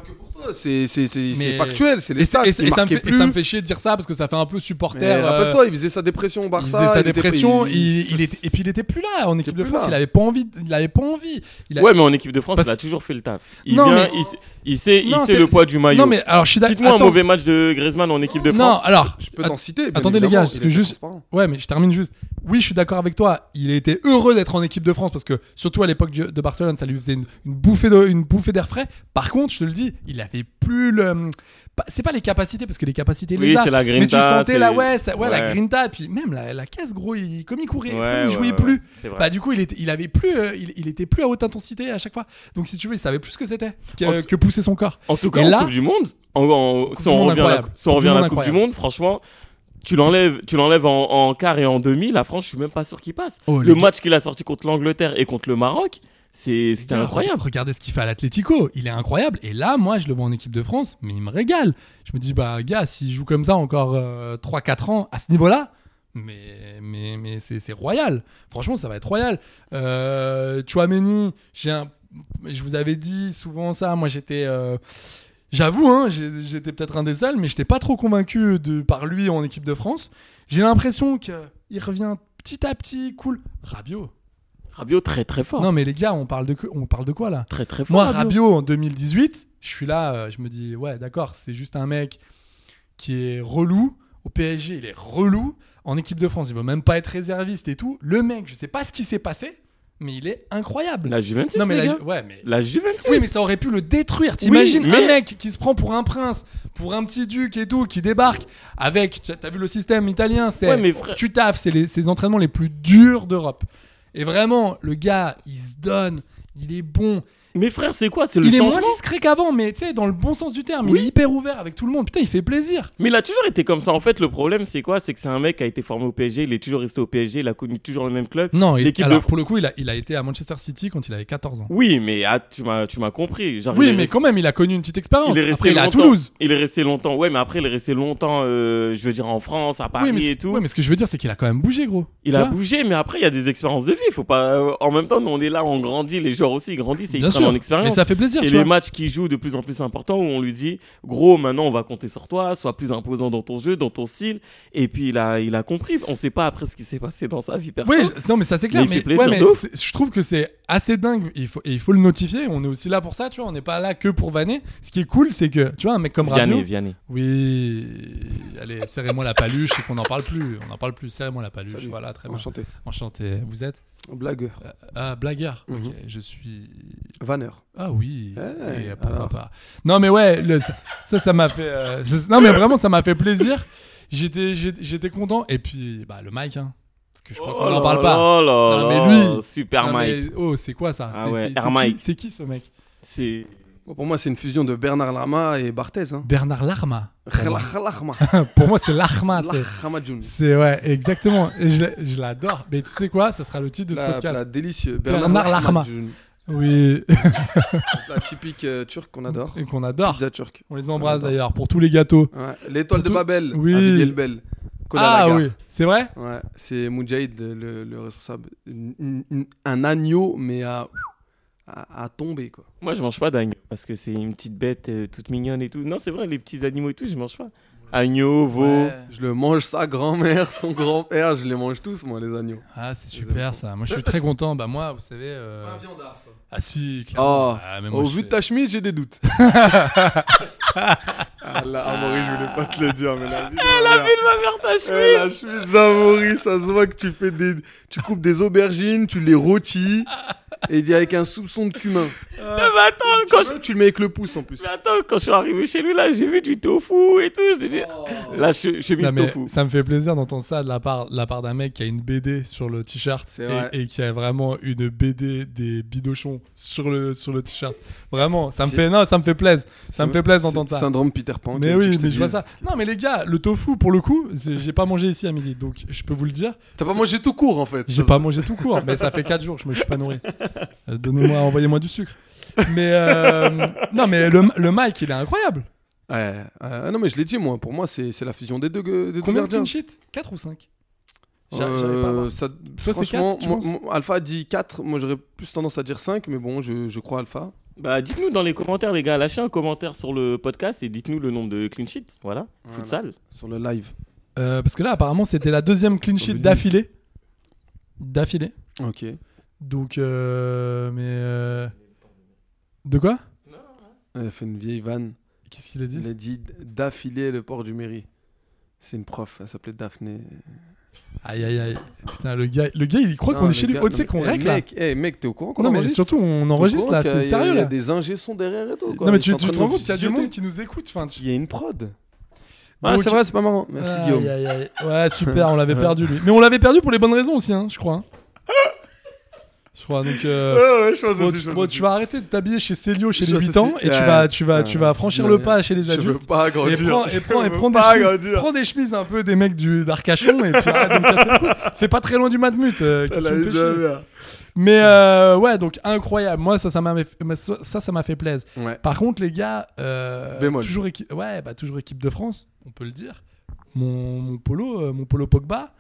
C'est c'est- c'est-
Mais-
c'est factuel, c'est les
Et, ça-
stats.
et-
il
et ça me
marquait
fait, et
plus.
ça me fait chier de dire ça parce que ça fait un peu supporter.
Mais
euh,
Rappelle-toi, il faisait sa dépression au
il
Barça.
faisait sa
il était-
dépression.
il-
il- il
ça-
était- et puis il était plus là en équipe de
plus
France.
là.
Il avait pas envie. de- Il avait pas envie. Il a-
Ouais, mais en équipe de France,
Parce
il a
que-
toujours fait le taf. Il
Non,
vient,
mais-
il, sait- il sait, il
Non,
sait
c'est-
le poids du maillot.
Non mais alors je suis d'accord.
Cite-moi un
Attends.
mauvais match de Griezmann en équipe de
Non
France.
alors.
Je peux t'en citer. bien
Attendez les
évidemment,
gars, parce
il
que
était
juste,
transparent.
ouais, mais je termine juste. Oui, je suis d'accord avec toi. Il était heureux d'être en équipe de France parce que surtout à l'époque du- de Barcelone, ça lui faisait une, une bouffée de, une bouffée d'air frais. Par contre, je te le dis, il avait plus le, hum, pas- c'est pas les capacités parce que les capacités il
Oui,
les a.
c'est la
mais tu
grinta,
sentais
c'est-
la ouais, ça- ouais, la
Ouais.
grinta, et puis même la, la caisse gros, il, comme il courait,
Ouais,
comme il
ouais,
jouait
ouais,
plus.
ouais, c'est vrai.
Bah du coup, il était, il avait plus, euh, il, il était plus à haute intensité à chaque fois. Donc si tu veux, il savait plus ce que c'était que,
En-
que pousser son corps.
En tout cas,
Et
en
là-
Coupe du Monde, en- en- si
du
on
Monde
revient à la,
incroyable.
si on
Coupe du
revient à la
Monde
Coupe du
incroyable.
Monde, franchement, tu l'enlèves, tu l'enlèves en, en quart et en demi, la France, je suis même pas sûr qu'il passe.
Oh, les
le
gars.
match qu'il a sorti contre l'Angleterre et contre le Maroc, c'est- c'était
Gars,
incroyable.
reg- Regardez ce qu'il fait à l'Atlético, il est incroyable. Et là, moi, je le vois en équipe de France, mais il me régale. Je me dis, bah, gars, s'il joue comme ça encore euh, 3-4 ans à ce niveau-là, mais, mais, mais c'est c'est royal. Franchement, ça va être royal. Euh, Chouameni, j'ai un. Je vous avais dit souvent ça, moi j'étais. euh, J'avoue, hein, j'ai- j'étais peut-être un des seuls, mais j'étais pas trop convaincu de, par lui en équipe de France. J'ai l'impression qu'il revient petit à petit, cool. Rabiot.
Rabiot très très fort.
Non, mais les gars, on parle de, que- on parle de quoi là
Très très fort.
moi, Rabiot, en 2018, je suis là, euh, je me dis, ouais, d'accord, c'est juste un mec qui est relou. Au PSG, il est relou. En équipe de France, il veut même pas être réserviste et tout. Le mec, je sais pas ce qui s'est passé, mais il est incroyable.
La Juventus.
non, mais la,
les gars.
ouais, mais.
La Juventus.
Oui, mais ça aurait pu le détruire. T'imagines
mais-
un mec qui se prend pour un prince, pour un petit duc et tout, qui débarque avec. tu- T'as vu le système italien C'est.
Ouais, mais frère-
Tu taffes, c'est les, c'est les entraînements les plus durs d'Europe. Et vraiment, le gars, il se donne, il est bon.
Mais frère, c'est quoi C'est le
Il est
changement.
moins discret qu'avant, mais tu sais, dans le bon sens du terme. Il est hyper ouvert avec tout le monde. Putain, il fait plaisir.
Mais il a toujours été comme ça. En fait, le problème, c'est quoi C'est que c'est un mec qui a été formé au PSG, il est toujours resté au PSG, il a connu toujours le même club.
Non, il,
L'équipe
alors,
de-
pour le coup, il a, il a été à Manchester City quand il avait 14 ans.
Oui, mais ah, tu m'as tu m'as compris. Genre, il
Oui,
est
mais
resté-
quand même, il a connu une petite expérience.
il est resté
Après, il est à
longtemps.
Toulouse.
Il est resté longtemps. Ouais, mais après, il est resté longtemps, euh, je veux dire, en France, à Paris
oui, mais ce-
et tout.
ouais, mais ce que je veux dire, c'est qu'il a quand même bougé, gros.
Il
Tu
a
vois
euh, bougé, mais après, il y a des expériences de vie. Faut pas. En même temps, nous, on est là, on grandit, les joueurs aussi ils grandissent et
Bien
ils prenne en expérience.
Mais ça fait plaisir,
Et
tu
les
vois.
matchs qui jouent de plus en plus importants où on lui dit, gros, maintenant on va compter sur toi, sois plus imposant dans ton jeu, dans ton style. Et puis il a, il a compris. On sait pas après ce qui s'est passé dans sa vie perso.
Oui, je- non, mais ça c'est clair.
hein. Mais il
Mais,
fait plaisir,
ouais, mais
d'où
c'est- je trouve que c'est assez dingue. Il faut, et il faut le notifier. On est aussi là pour ça, tu vois. On n'est pas là que pour vanner. Ce qui est cool, c'est que, tu vois, un mec comme
Vianney,
Rabiot.
Vianney.
Oui, allez, serrez-moi la paluche et qu'on n'en parle plus. On n'en parle plus. Serrez-moi la paluche.
Salut.
Voilà, très bien.
Enchanté. euh,
Enchanté. Vous êtes
Blagueur.
Ah, blagueur. Ok,
Mhm.
je suis.
Vanneur.
Ah oui,
Eh,
et pourquoi
alors.
pas. Non mais ouais, le- ça, ça ça m'a fait. euh, je- non mais vraiment ça m'a fait plaisir. J'étais j'étais j'étais content et puis bah le Mike hein, parce que je crois qu'on n'en parle pas.
Oh là
Non,
là,
mais lui-
Super
Non,
Mike.
mais- oh c'est quoi ça
Ah
C'est-
ouais,
c'est-
Air
c'est qui-
Mike.
C'est qui ce mec
C'est.
Bon, pour moi, c'est une fusion de Bernard Lama et Barthez. Hein.
Bernard Larma. <laughs>
Khlakhlakma.
Pour moi c'est Larma. Ah, c'est-
Khlakhlakma Jun.
C'est ouais exactement. Et Je, je l'adore. Mais tu sais quoi, ça sera le titre de ce
Plat-
podcast.
plat délicieux.
Bernard
Bernard,
Lahma.
Lahma Jun.
Oui,
Un Plat typique euh, turc qu'on adore.
et qu'on adore.
Pizza turque.
On les embrasse d'ailleurs pour tous les gâteaux.
Ouais. L'étoile
Pour
de
tout-
Babel.
Oui.
Avec Yelbel.
Ah oui, c'est vrai.
Ouais, c'est Moujahid, le, le responsable. N- n- Un agneau, mais à, à, à tomber, quoi.
Moi, je mange pas d'agneau parce que c'est une petite bête euh, toute mignonne et tout. Non, c'est vrai, les petits animaux et tout, je mange pas. Agneau, veau.
Je le mange, sa grand-mère, son grand-père, je les mange tous, moi, les agneaux.
Ah c'est super ça. Moi je suis très content. Bah moi vous savez. euh, Ah si, clairement.
Oh,
Ah, mais moi,
au
je
vu
fais-
de ta chemise, j'ai
<laughs>
des doutes. ah là, Amaury, je voulais pas te le dire, mais la vie. La vie
va faire ta
Eh, la chemise d'Amaury, ça se voit que tu fais des, tu coupes des aubergines, tu les rôtis et il y a avec un soupçon de
<laughs>
cumin.
mais attends, quand je...
Tu, le mets avec le pouce en plus.
mais attends, quand je suis arrivé chez lui, là, j'ai vu du tofu et tout. J'ai dit,
Oh.
la che- chemise
Non, mais
tofu.
ça me fait plaisir d'entendre ça de la part, de la part d'un mec qui a une BD sur le t-shirt
C'est vrai.
et, et qui a vraiment une BD des bidochons sur le, sur le t-shirt. Vraiment, ça me
J'ai-
fait non, ça me fait plaisir. Ça me fait plaisir d'entendre
C'est le
ça.
Syndrome Peter Pan.
Mais
que
oui,
je te
mais je vois
dise.
ça. Non, mais les gars, le tofu pour le coup, c'est- j'ai pas mangé ici à midi, donc je peux vous le dire,
T'as pas mangé tout court en fait.
j'ai
Ça-
pas mangé tout court, mais ça fait 4 jours que je me suis pas nourri. Euh, Donnez-moi, envoyez-moi du sucre. Mais euh, non, mais le, le Mike, il est incroyable.
Ouais, euh, non mais je l'ai dit moi. Pour moi, c'est c'est la fusion des deux, gue- des deux
Combien de
gardiens.
clean sheet 4 ou 5
Euh, ça-
c'est
franchement,
quatre, tu
moi-
penses
moi- Alpha dit 4, moi j'aurais plus tendance à dire 5, mais bon, je, je crois Alpha.
Bah, dites-nous dans les commentaires, les gars. Lâchez un commentaire sur le podcast et dites-nous le nombre de clean sheets. Voilà,
Voilà.
futsal.
Sur le live.
Euh, parce que là, apparemment, c'était la deuxième clean
Sur
sheet
le livre.
d'affilée. D'affilée.
Ok.
Donc, euh, mais. euh, De quoi
Elle a fait une vieille vanne.
Qu'est-ce qu'il a dit
Il a dit d'affiler le port du mairie. C'est une prof, elle s'appelait Daphné.
Aïe, aïe, aïe. Putain, le gars, le gars il croit
Non,
qu'on est
le
chez lui.
gars-
Oh, tu sais
non,
qu'on
mais-
règle
eh,
là.
mec, eh, mec, t'es au courant qu'on
Non, mais
enregistre
surtout, on
T'es au
enregistre
courant
là,
qu'il y a-
c'est sérieux
Il y a
là.
des ingés sons derrière et tout. quoi.
Non, mais
Ils sont
tu,
en
tu
train
te
de
rends
nous
compte qu'il y a du
zioter.
monde qui nous écoute. Enfin, tu-
Il y a une prod.
Ah,
Ah,
Donc- c'est Ah, vrai,
c'est vrai, c'est pas marrant. Merci
Aïe,
Guillaume.
aïe, aïe. Ouais, super, on l'avait perdu lui. Mais on l'avait perdu pour les bonnes raisons aussi, hein, je crois. hein. Je crois donc. euh,
ouais, je pense
Bon,
aussi,
tu,
je pense
bon,
aussi.
tu vas arrêter de t'habiller chez Célio chez
Je
les
sais
8 ans
si-
et tu
Ouais.
vas, tu vas, tu vas
Ouais.
franchir le pas chez les
Je veux
adultes.
pas
Et
grandir.
prends,
<laughs>
et
Je
prends, et
veux
prends des,
pas
chemises,
grandir.
prends des chemises un peu des mecs du d'Arcachon et puis arrête de me casser le cou. C'est pas très loin du Matmut. euh, qu'est-ce que tu me fais chier Mais euh, ouais, donc incroyable. Moi, ça, ça m'a fait- mais ça, ça ça m'a fait plaisir.
Ouais.
Par contre, les gars, euh,
Bémol.
toujours équipe, ouais, bah toujours équipe de France, on peut le dire. Mon, mon polo, euh, mon polo Pogba.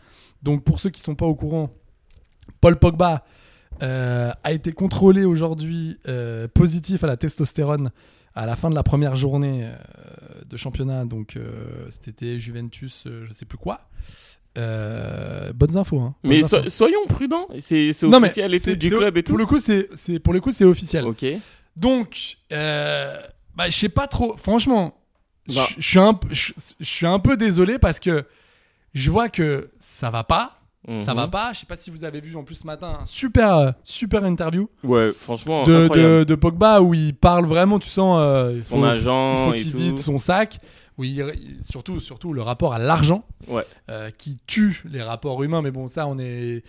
Donc pour ceux qui sont pas au courant, Paul Pogba euh, a été contrôlé aujourd'hui euh, positif à la testostérone à la fin de la première journée euh, de championnat. Donc euh, c'était Juventus, euh, je sais plus quoi. Euh, bonnes infos. Hein, bonnes
Mais
infos.
so- soyons prudents. C'est c'est
Non, mais
officiel et tout,
c'est-
du
c'est-
club et
Pour
tout.
le coup, c'est c'est- pour le coup, c'est officiel.
Ok.
Donc, euh, bah, je sais pas trop. Franchement, je
Bah.
je suis un, peu- je je suis un peu désolé parce que je vois que ça va pas. Ça
Mhm.
va pas. Je sais pas si vous avez vu en plus ce matin un super, euh, super interview
Ouais, franchement,
de,
Oh, incroyable.
de, de Pogba où il parle vraiment, tu sens. euh, il
Son
faut- il
agent
faut
et
qu'il
tout.
vide son sac. Oui, il- surtout, surtout le rapport à l'argent
Ouais.
euh, qui tue les rapports humains. Mais bon, ça, on est,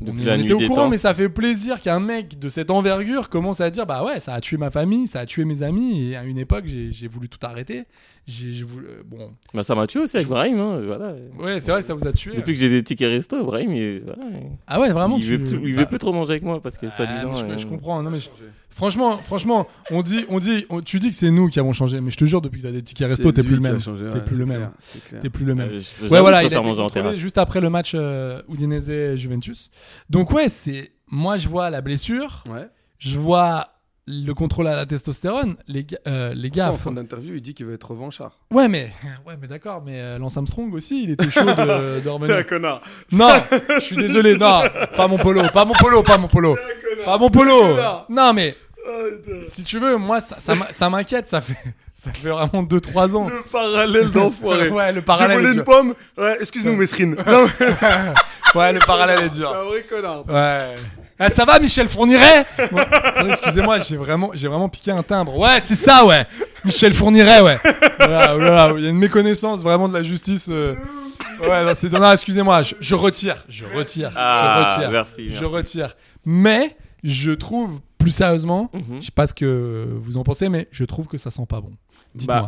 on
Depuis
est-
la
on
nuit
était au
des
courant,
temps.
mais ça fait plaisir qu'un mec de cette envergure commence à dire bah ouais, ça a tué ma famille, ça a tué mes amis. Et à une époque, j'ai j'ai voulu tout arrêter. J'ai j'ai voulu, euh, bon,
Bah, ça m'a tué aussi avec Brahim. hein, voilà.
ouais, c'est vrai, ça vous a tué.
Depuis que j'ai des tickets resto, Brahim, il, voilà,
Ah ouais, vraiment.
il,
tu-
veut, plus, il
bah,
veut plus trop manger avec moi parce que
ah,
soi-disant.
mais je,
euh,
je comprends. Non, mais je- franchement, franchement, on dit, on dit, on- tu dis que c'est nous qui avons changé, mais je te jure, depuis que t'as des tickets resto, t'es plus le même. T'es plus le même. T'es plus le même.
euh, je-
Ouais,
j'avoue,
voilà,
je
il a
préfère
été
manger en
contrôlé
terrasse.
juste après le match euh, Udinese-Juventus. Donc ouais, c'est moi je vois la blessure,
Ouais.
je vois le contrôle à la testostérone, les, ga- euh, les gars.
En
faut-
fin d'interview, il dit qu'il veut être revanchard.
Ouais, mais, <laughs> ouais, mais d'accord, mais euh, Lance Armstrong aussi, il était chaud
<laughs>
de, de revenir.
T'es un connard.
Non,
<laughs>
je suis désolé, non, pas mon polo, pas mon polo, pas mon polo, pas mon polo. Non, mais
Oh,
si tu veux, moi, ça, ça m'in- ça m'inquiète, ça fait, <laughs> ça fait vraiment 2-3 ans.
Le parallèle d'enfoiré.
Ouais, le
J'ai
parallèle est
volé
dur.
une pomme. Ouais, excuse-nous,
<laughs>
Mesrine. Non, mais-
Ouais, le parallèle est
Ah
dur.
vrai connard.
Ouais. Ah, ça va, Michel Fourniret Ouais. Attendez, Excusez-moi, j'ai vraiment, j'ai vraiment piqué un timbre. Ouais, c'est ça, ouais. Michel Fourniret, ouais. Voilà, oh là là, il y a une méconnaissance vraiment de la justice. euh. Ouais, non, c'est non, excusez-moi, je, je retire, je retire,
Ah,
je retire,
merci,
je
merci.
retire. Mais je trouve, plus sérieusement,
Mhm. Mm-hmm.
je sais pas ce que vous en pensez, mais je trouve que ça sent pas bon. Dites-moi.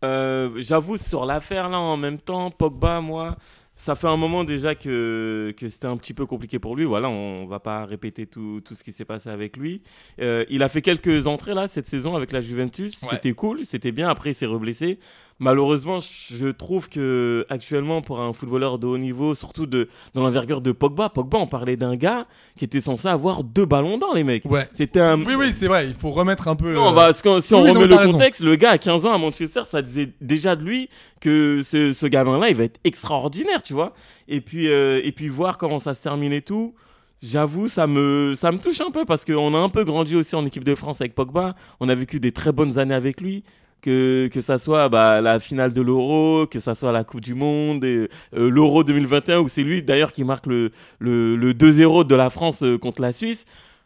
Bah, Euh, J'avoue, sur l'affaire, là, en même temps, Pogba, moi, ça fait un moment déjà que, que c'était un petit peu compliqué pour lui. Voilà, on va pas répéter tout, tout ce qui s'est passé avec lui. Euh, il a fait quelques entrées, là, cette saison avec la Juventus.
Ouais.
C'était cool, c'était bien. Après, il s'est reblessé. Malheureusement, je trouve que actuellement, pour un footballeur de haut niveau, surtout de, dans l'envergure de Pogba, Pogba, on parlait d'un gars qui était censé avoir deux ballons d'or, les mecs.
Ouais.
C'était un,
Oui, oui, c'est vrai, il faut remettre un peu.
Bah.
euh,
non, bah, parce que si on
oui, non, t'as
remet le
raison.
contexte, le gars à 15 ans à Manchester, ça disait déjà de lui que ce, ce gamin-là, il va être extraordinaire, tu vois. Et puis, euh, et puis voir comment ça se termine et tout. J'avoue, ça me, ça me touche un peu parce qu'on a un peu grandi aussi en équipe de France avec Pogba. On a vécu des très bonnes années avec lui. Que, que ça soit bah, la finale de l'Euro, que ça soit la Coupe du Monde, et, euh, l'Euro 2021 où c'est lui d'ailleurs qui marque le, le, le 2-0 de la France euh, contre la Suisse.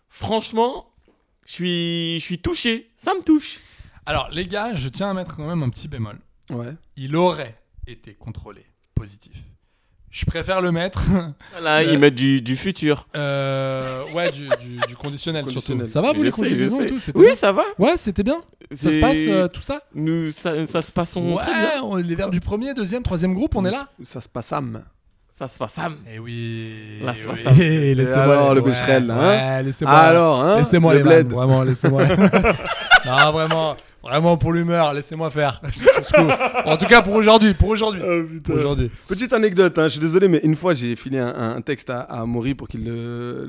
Franchement, je suis, je suis touché, ça me touche.
Alors, les gars, je tiens à mettre quand même un petit bémol.
Ouais.
il aurait été contrôlé positif. Je préfère le mettre. <laughs>
Voilà, ils mettent du, du futur.
euh, ouais, du, du- du conditionnel, surtout.
Conditionnel.
Ça va, vous
Je
les
sais,
conjugaisons
je
et
sais.
tout c'était
Oui,
bien
ça va.
Ouais, c'était bien. Ça se
C'est-
passe, euh, tout ça
Nous, ça, ça se passe on-
Ouais,
très bien.
on- les vers du premier, deuxième, troisième groupe, on est là
Ça se passe Sam.
Ça se passe Sam.
Eh oui.
Là,
eh
c'est
oui.
pas ça.
Eh, laissez-moi
alors,
les-
le Becherel,
ouais,
hein
ouais, laissez-moi.
Alors, hein,
Laissez-moi
le
les vannes,
bled.
vraiment, laissez-moi. les-
<laughs>
non, vraiment, vraiment pour l'humeur, laissez-moi faire. <laughs> Je trouve cool. en tout cas, pour aujourd'hui, pour aujourd'hui.
Oh, putain.
Pour aujourd'hui.
Petite anecdote, hein, je suis désolé, mais une fois j'ai filé un, un texte à, à Maury pour qu'il le.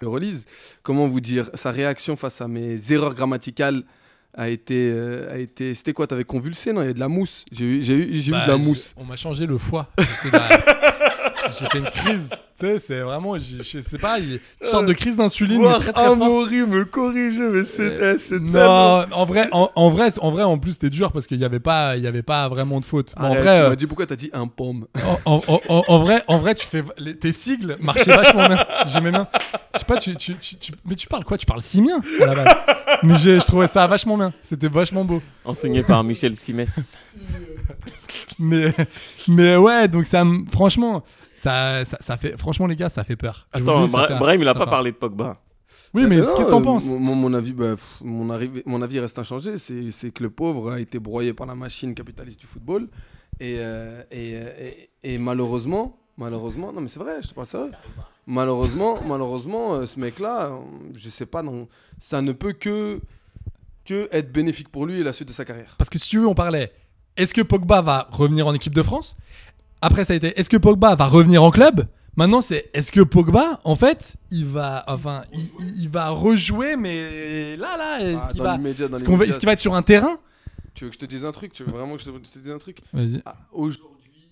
le relise. Comment vous dire Sa réaction face à mes erreurs grammaticales a été. euh, a été... C'était quoi T'avais convulsé Non, il y avait de la mousse. J'ai eu, j'ai eu, j'ai eu
Bah,
de la
je-
mousse.
On m'a changé le foie. juste derrière. <laughs> J'ai fait une crise. Tu sais, c'est vraiment, je, je sais pas, il- une sorte de crise d'insuline, mais
Voir
très
un
très fort.
Maury me corriger, mais c'est eh, c'est tellement-
Non, en vrai, en, en vrai, en vrai, en plus, c'était dur parce qu'il y avait pas, il y avait pas vraiment de faute. Mais en
Arrête,
vrai,
tu
euh,
m'as dit pourquoi t'as dit un pomme
en, en- en- en vrai, en vrai, tu fais les- tes sigles marchaient vachement bien. J'aimais bien. Je sais pas, tu, tu, tu- tu- mais tu parles quoi Tu parles si bien à la base. Mais j'ai- je trouvais ça vachement bien. C'était vachement beau.
Enseigné par
<laughs>
Michel Simès.
Mais, <laughs> mais ouais, donc ça, me- franchement, ça, ça, ça fait, franchement les gars, ça fait peur. Je vous
Attends,
le dis, ça
Bra-
fait-
Brahim, il a
ça
pas
fait-
parlé de Pogba.
Oui, mais
Euh,
qu'est-ce
non,
que t'en
euh,
penses
mon- mon, mon avis, bah, pff, mon, arrivé- mon avis reste inchangé. C'est c'est que le pauvre a été broyé par la machine capitaliste du football. Et, euh, et, euh, et- et malheureusement, malheureusement, non mais c'est vrai, je te parle sérieux. Malheureusement, malheureusement, euh, ce mec-là, euh, je sais pas, non, ça ne peut que, que être bénéfique pour lui et la suite de sa carrière.
Parce que si tu veux, on parlait. Est-ce que Pogba va revenir en équipe de France Après, ça a été. Est-ce que Pogba va revenir en club Maintenant, c'est. Est-ce que Pogba, en fait, il va, enfin, il, il- il va rejouer, mais là, là, est-ce
Ah,
qu'il
dans
va,
l'immédiat, dans
est-ce qu'on va-
l'immédiat.
est-ce qu'il va être sur un terrain
Tu veux que je te dise un truc Tu veux vraiment que je te, je te dise un truc
Vas-y.
Ah, Aujourd'hui,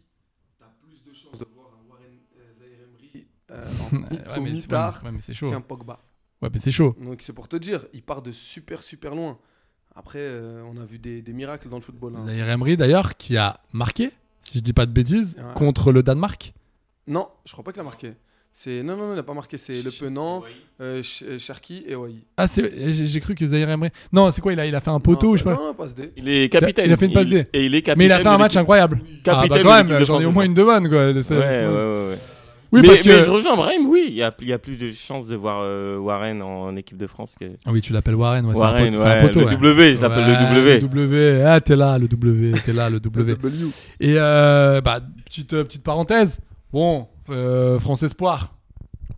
t'as plus de chances de voir un Warren euh, Zaïre Emery euh, en-
<laughs> Ouais,
au
mais, c'est-
mitard
ouais, mais c'est chaud.
qu'un Pogba.
Ouais, mais c'est chaud.
Donc c'est pour te dire, il part de super super loin. Après, euh, on a vu des, des miracles dans le football. hein.
Zaire Emery, d'ailleurs, qui a marqué, si je dis pas de bêtises,
Ouais.
contre le Danemark.
Non, je crois pas qu'il a marqué. C'est non non non, il a pas marqué. C'est Le Penant, euh, Ch- euh, Cherki et Wai.
Ah, c'est- j'ai j'ai cru que Zaire Emery. Non, c'est quoi il a, il a fait un poteau,
non,
je sais pas.
Non, non, passe des.
Il est capitaine.
Il a fait une passe D.
Et il est capitaine.
Mais il a fait un
de
match
l'équipe-
incroyable. Ah, bah,
Capitaine
quand
de l'équipe
même,
de
j'en ai au
France.
moins une de bonne, quoi. Laissez-
Ouais, ouais,
laissez-moi-
ouais, ouais.
Oui,
mais,
parce que-
mais je rejoins Brahim, oui, il y a, il y a plus de chances de voir euh, Warren en équipe de France que.
Ah oui, tu l'appelles Warren, ouais, c'est un,
Warren,
pote- c'est un
ouais,
poteau.
le
ouais.
W, je l'appelle le
Ouais,
W.
Le W, ah, t'es là, le W, t'es là, le W. Et euh, bah, petite, euh, petite parenthèse, bon, euh, France Espoir,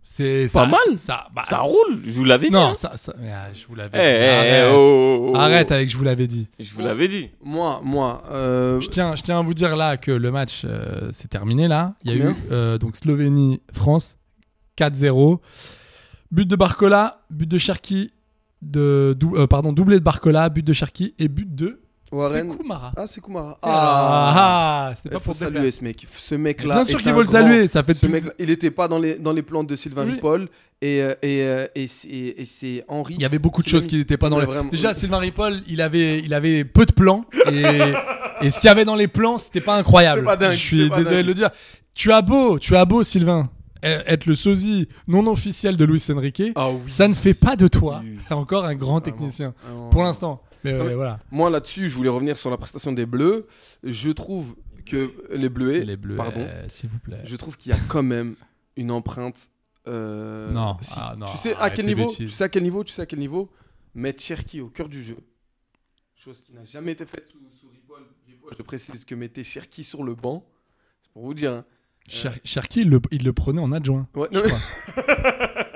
c'est ça.
Pas mal.
Ça, bah,
Ça roule, je vous l'avais dit,
Non,
hein.
ça, ça- mais, ah, je vous l'avais
Eh,
dit.
eh,
arrête.
eh, oh, oh, oh.
Arrête avec je vous l'avais dit.
Je vous l'avais dit.
Moi, moi. euh,
Je tiens, je tiens à vous dire là que le match euh, s'est terminé là. Il y a
Combien
eu euh, donc Slovénie France 4-0. But de Barcola, but de Cherki, de dou- euh, pardon doublé de Barcola, but de Cherki et but de
Warren.
Sekou Mara.
Ah, c'est Kumara.
Ah, ah, c'est pas
Il faut
pour te
saluer
plaire.
ce mec. Ce mec-là.
Bien
est
sûr qu'il
un
faut le
grand.
saluer, ça fait
ce
depuis-
mec Il était pas dans les, dans les plans de Sylvain
Oui.
Ripoll et, euh, et, euh, et, c'est- et c'est Henri.
Il y avait beaucoup de choses qui n'étaient pas dans le.
Vraiment.
Déjà, Sylvain Ripoll, il avait, il avait peu de plans et, et ce qu'il y avait dans les plans, c'était pas incroyable.
C'était pas dingue,
Je suis
c'était pas
désolé
dingue.
de le dire. Tu as beau, tu as beau, Sylvain, e- être le sosie non officiel de Luis Enrique,
Ah
ça ne fait pas de toi <laughs> encore un grand technicien pour
Ah,
l'instant. Mais,
Non,
euh,
mais
voilà.
Moi là-dessus, je voulais revenir sur la prestation des Bleus. Je trouve que les Bleus,
Les Bleuets,
pardon,
euh, s'il vous plaît.
Je trouve qu'il y a quand même une empreinte. euh,
Non,
si.
ah, non,
Tu sais à
arrête
quel
tes
niveau Tu
bêtises.
sais à quel niveau Tu sais à quel niveau Mettre Cherki au cœur du jeu. Chose qui n'a jamais été faite sous, sous Ripoll. Ripoll, Je précise que mettez Cherki sur le banc. C'est pour vous dire. hein.
Cher- Cherki, il le, il le prenait en adjoint.
Ouais,
je
non,
crois.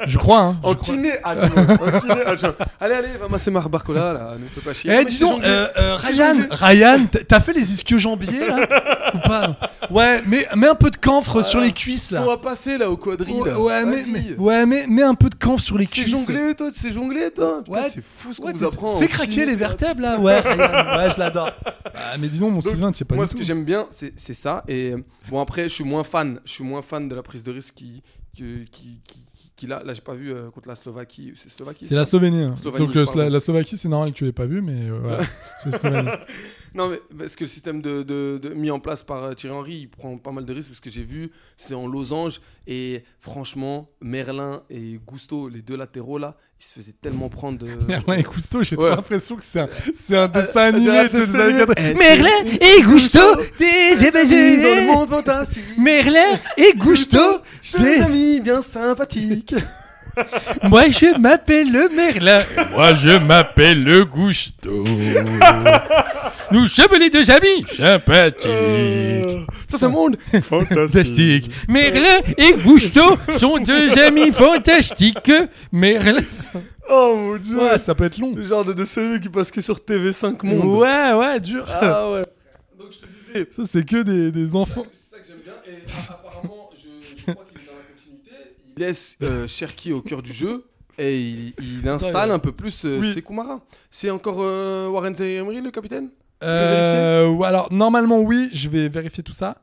Je crois, hein, je
En
crois.
kiné, adjoint, en kiné,
<laughs>
adjoint. Allez, allez, va masser Marc Barcola, là, ne fais pas
Eh,
chier. Ah, mais
dis
c'est
donc,
jonglé.
euh, euh,
C'est
Ryan,
jonglé.
Ryan, t- t'as fait les ischios jambiers
<laughs>
là ou pas Ouais, mais mets un peu de camphre sur les cuisses là.
On va passer là au quadrille.
Ouais,
là.
ouais, mais,
Oh, Vas-y.
mais- ouais, mais mets un peu de camphre sur les
C'est
cuisses.
jonglé, toi, c'est jonglé, toi. Putain,
Ouais,
c'est fou ce qu'on
ouais,
vous
t'es-
apprend. hein. en
Fais craquer
kiné,
les
toi.
vertèbres là, ouais, Ryan, ouais, je l'adore. Ah, mais disons, mon
Donc,
Sylvain, t'y es pas
Moi,
du
ce
tout.
que j'aime bien, c'est c'est ça. Et euh, bon, après, je suis moins fan. Je suis moins fan de la prise de risque qui, qui, qui, qui- qui- qui- là, là, j'ai pas vu euh, contre la Slovaquie. C'est Slovaquie.
C'est
ça
la Slovénie. hein.
Slovénie,
Sauf que
pardon.
la, la Slovaquie, c'est normal que tu l'aies pas vu, mais euh, voilà, <laughs> c'est c'est
<laughs>
Slovénie.
Non, mais parce que le système de, de- de- mis en place par euh, Thierry Henry, il prend pas mal de risques. Ce que j'ai vu, c'est en losange. Et franchement, Merlin et Gusto, les deux latéraux là, ils se faisaient tellement prendre. de-
<laughs> Merlin et Cousteau, j'ai
Ouais.
trop l'impression que c'est un, c'est un dessin
Ah, j'ai
animé.
raté
tu sais,
ce
des années
livre.
80.
Eh,
Merlin
c'est-
et Gusto, t'es j'ai
Bienvenue dans le monde fantastique.
Merlin et Gusto,
Des
j'ai
amis bien sympathiques.
moi je m'appelle le Merlin.
Moi, je m'appelle le Gusto. Nous sommes les deux amis
Euh,
sympathiques.
Dans un monde
Fantastique. Merlin et Gusto sont deux amis fantastiques. Merlin.
Oh mon dieu
Ouais, ça peut être long.
Le genre de, de celui qui passe que sur TV5 Monde.
Ouais, ouais, dur.
Ah ouais. Donc je te disais.
Ça, c'est que des, des enfants.
C'est ça que j'aime bien. Et euh, apparemment, je, crois qu'il est dans la continuité. Il laisse euh, Cherki au cœur du jeu. Et il, il installe
Ouais.
un peu plus euh,
Oui.
Sekou Mara. C'est encore euh, Warren Emery le capitaine
Euh, ou alors, normalement, oui, je vais vérifier tout ça.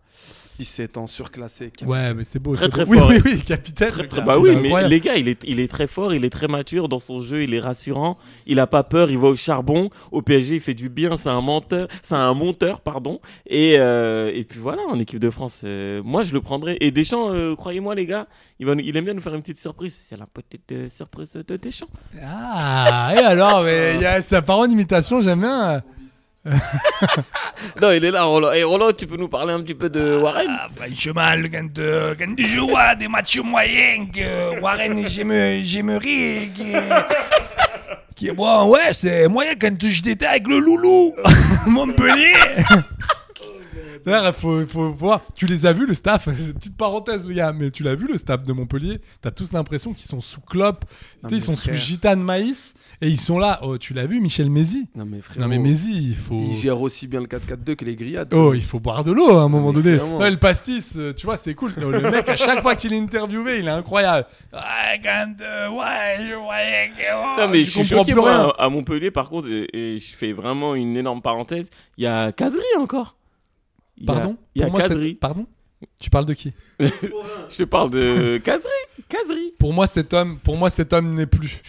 17 ans surclassé. capitaine.
Ouais, mais c'est beau.
Très,
c'est
très
beau.
fort,
Oui,
hein.
oui, oui, capitaine.
Très,
le
très-
gars,
bah
Ah, il est
oui, mais
incroyable.
les gars, il est, il est très fort, il est très mature dans son jeu, il est rassurant, il a pas peur, il va au charbon. Au PSG, il fait du bien, c'est un menteur, c'est un monteur, pardon. Et, euh, et puis voilà, en équipe de France, euh, moi je le prendrais. Et Deschamps, euh, croyez-moi les gars, il, va, nous- il aime bien nous faire une petite surprise. C'est la petite euh, surprise de Deschamps.
Ah, et alors, mais il y a sa parole d'imitation, j'aime bien.
Non, il est là, Roland.
Eh,
Et Roland, tu peux nous parler un petit peu de Warren
Ah,
chemin, gagne de, gagne du jeu, des matchs moyens,
euh,
que Warren, j'aime, j'aimerais,
Qui est bon, ouais, c'est moyen quand je étais avec le loulou. <laughs> Montpellier. D'ailleurs, faut, faut voir. Tu les as vus, le staff Petite parenthèse, les gars, mais tu l'as vu, le staff de Montpellier T'as tous l'impression qu'ils sont sous clope. Tu sais,
mais
ils sont
frère.
sous gitane maïs. Et ils sont là. Oh, tu l'as vu, Michel Mézi
Non mais frère.
Non, mais Mézi, il faut.
Il gère aussi bien le 4-4-2 que les grillades.
Oh, il faut boire de l'eau à un moment donné.
clairement.
Ouais, le pastis, euh, tu vois, c'est cool. Le le mec, à chaque fois qu'il est interviewé, il est incroyable. Ouais, quand, euh, ouais, ouais, oh,
Non,
tu
mais je suis
comprends
choqué,
plus
moi,
rien.
à à Montpellier, par contre, et, et je fais vraiment une énorme parenthèse. Il y a Casery encore. Il y a-
Pardon
Il y a
Pour moi, cette-
Casery.
Pardon Tu parles de qui
Je te parle de Casery. Casery.
Pour moi, cet homme, pour moi, cet homme n'est
<laughs>
plus.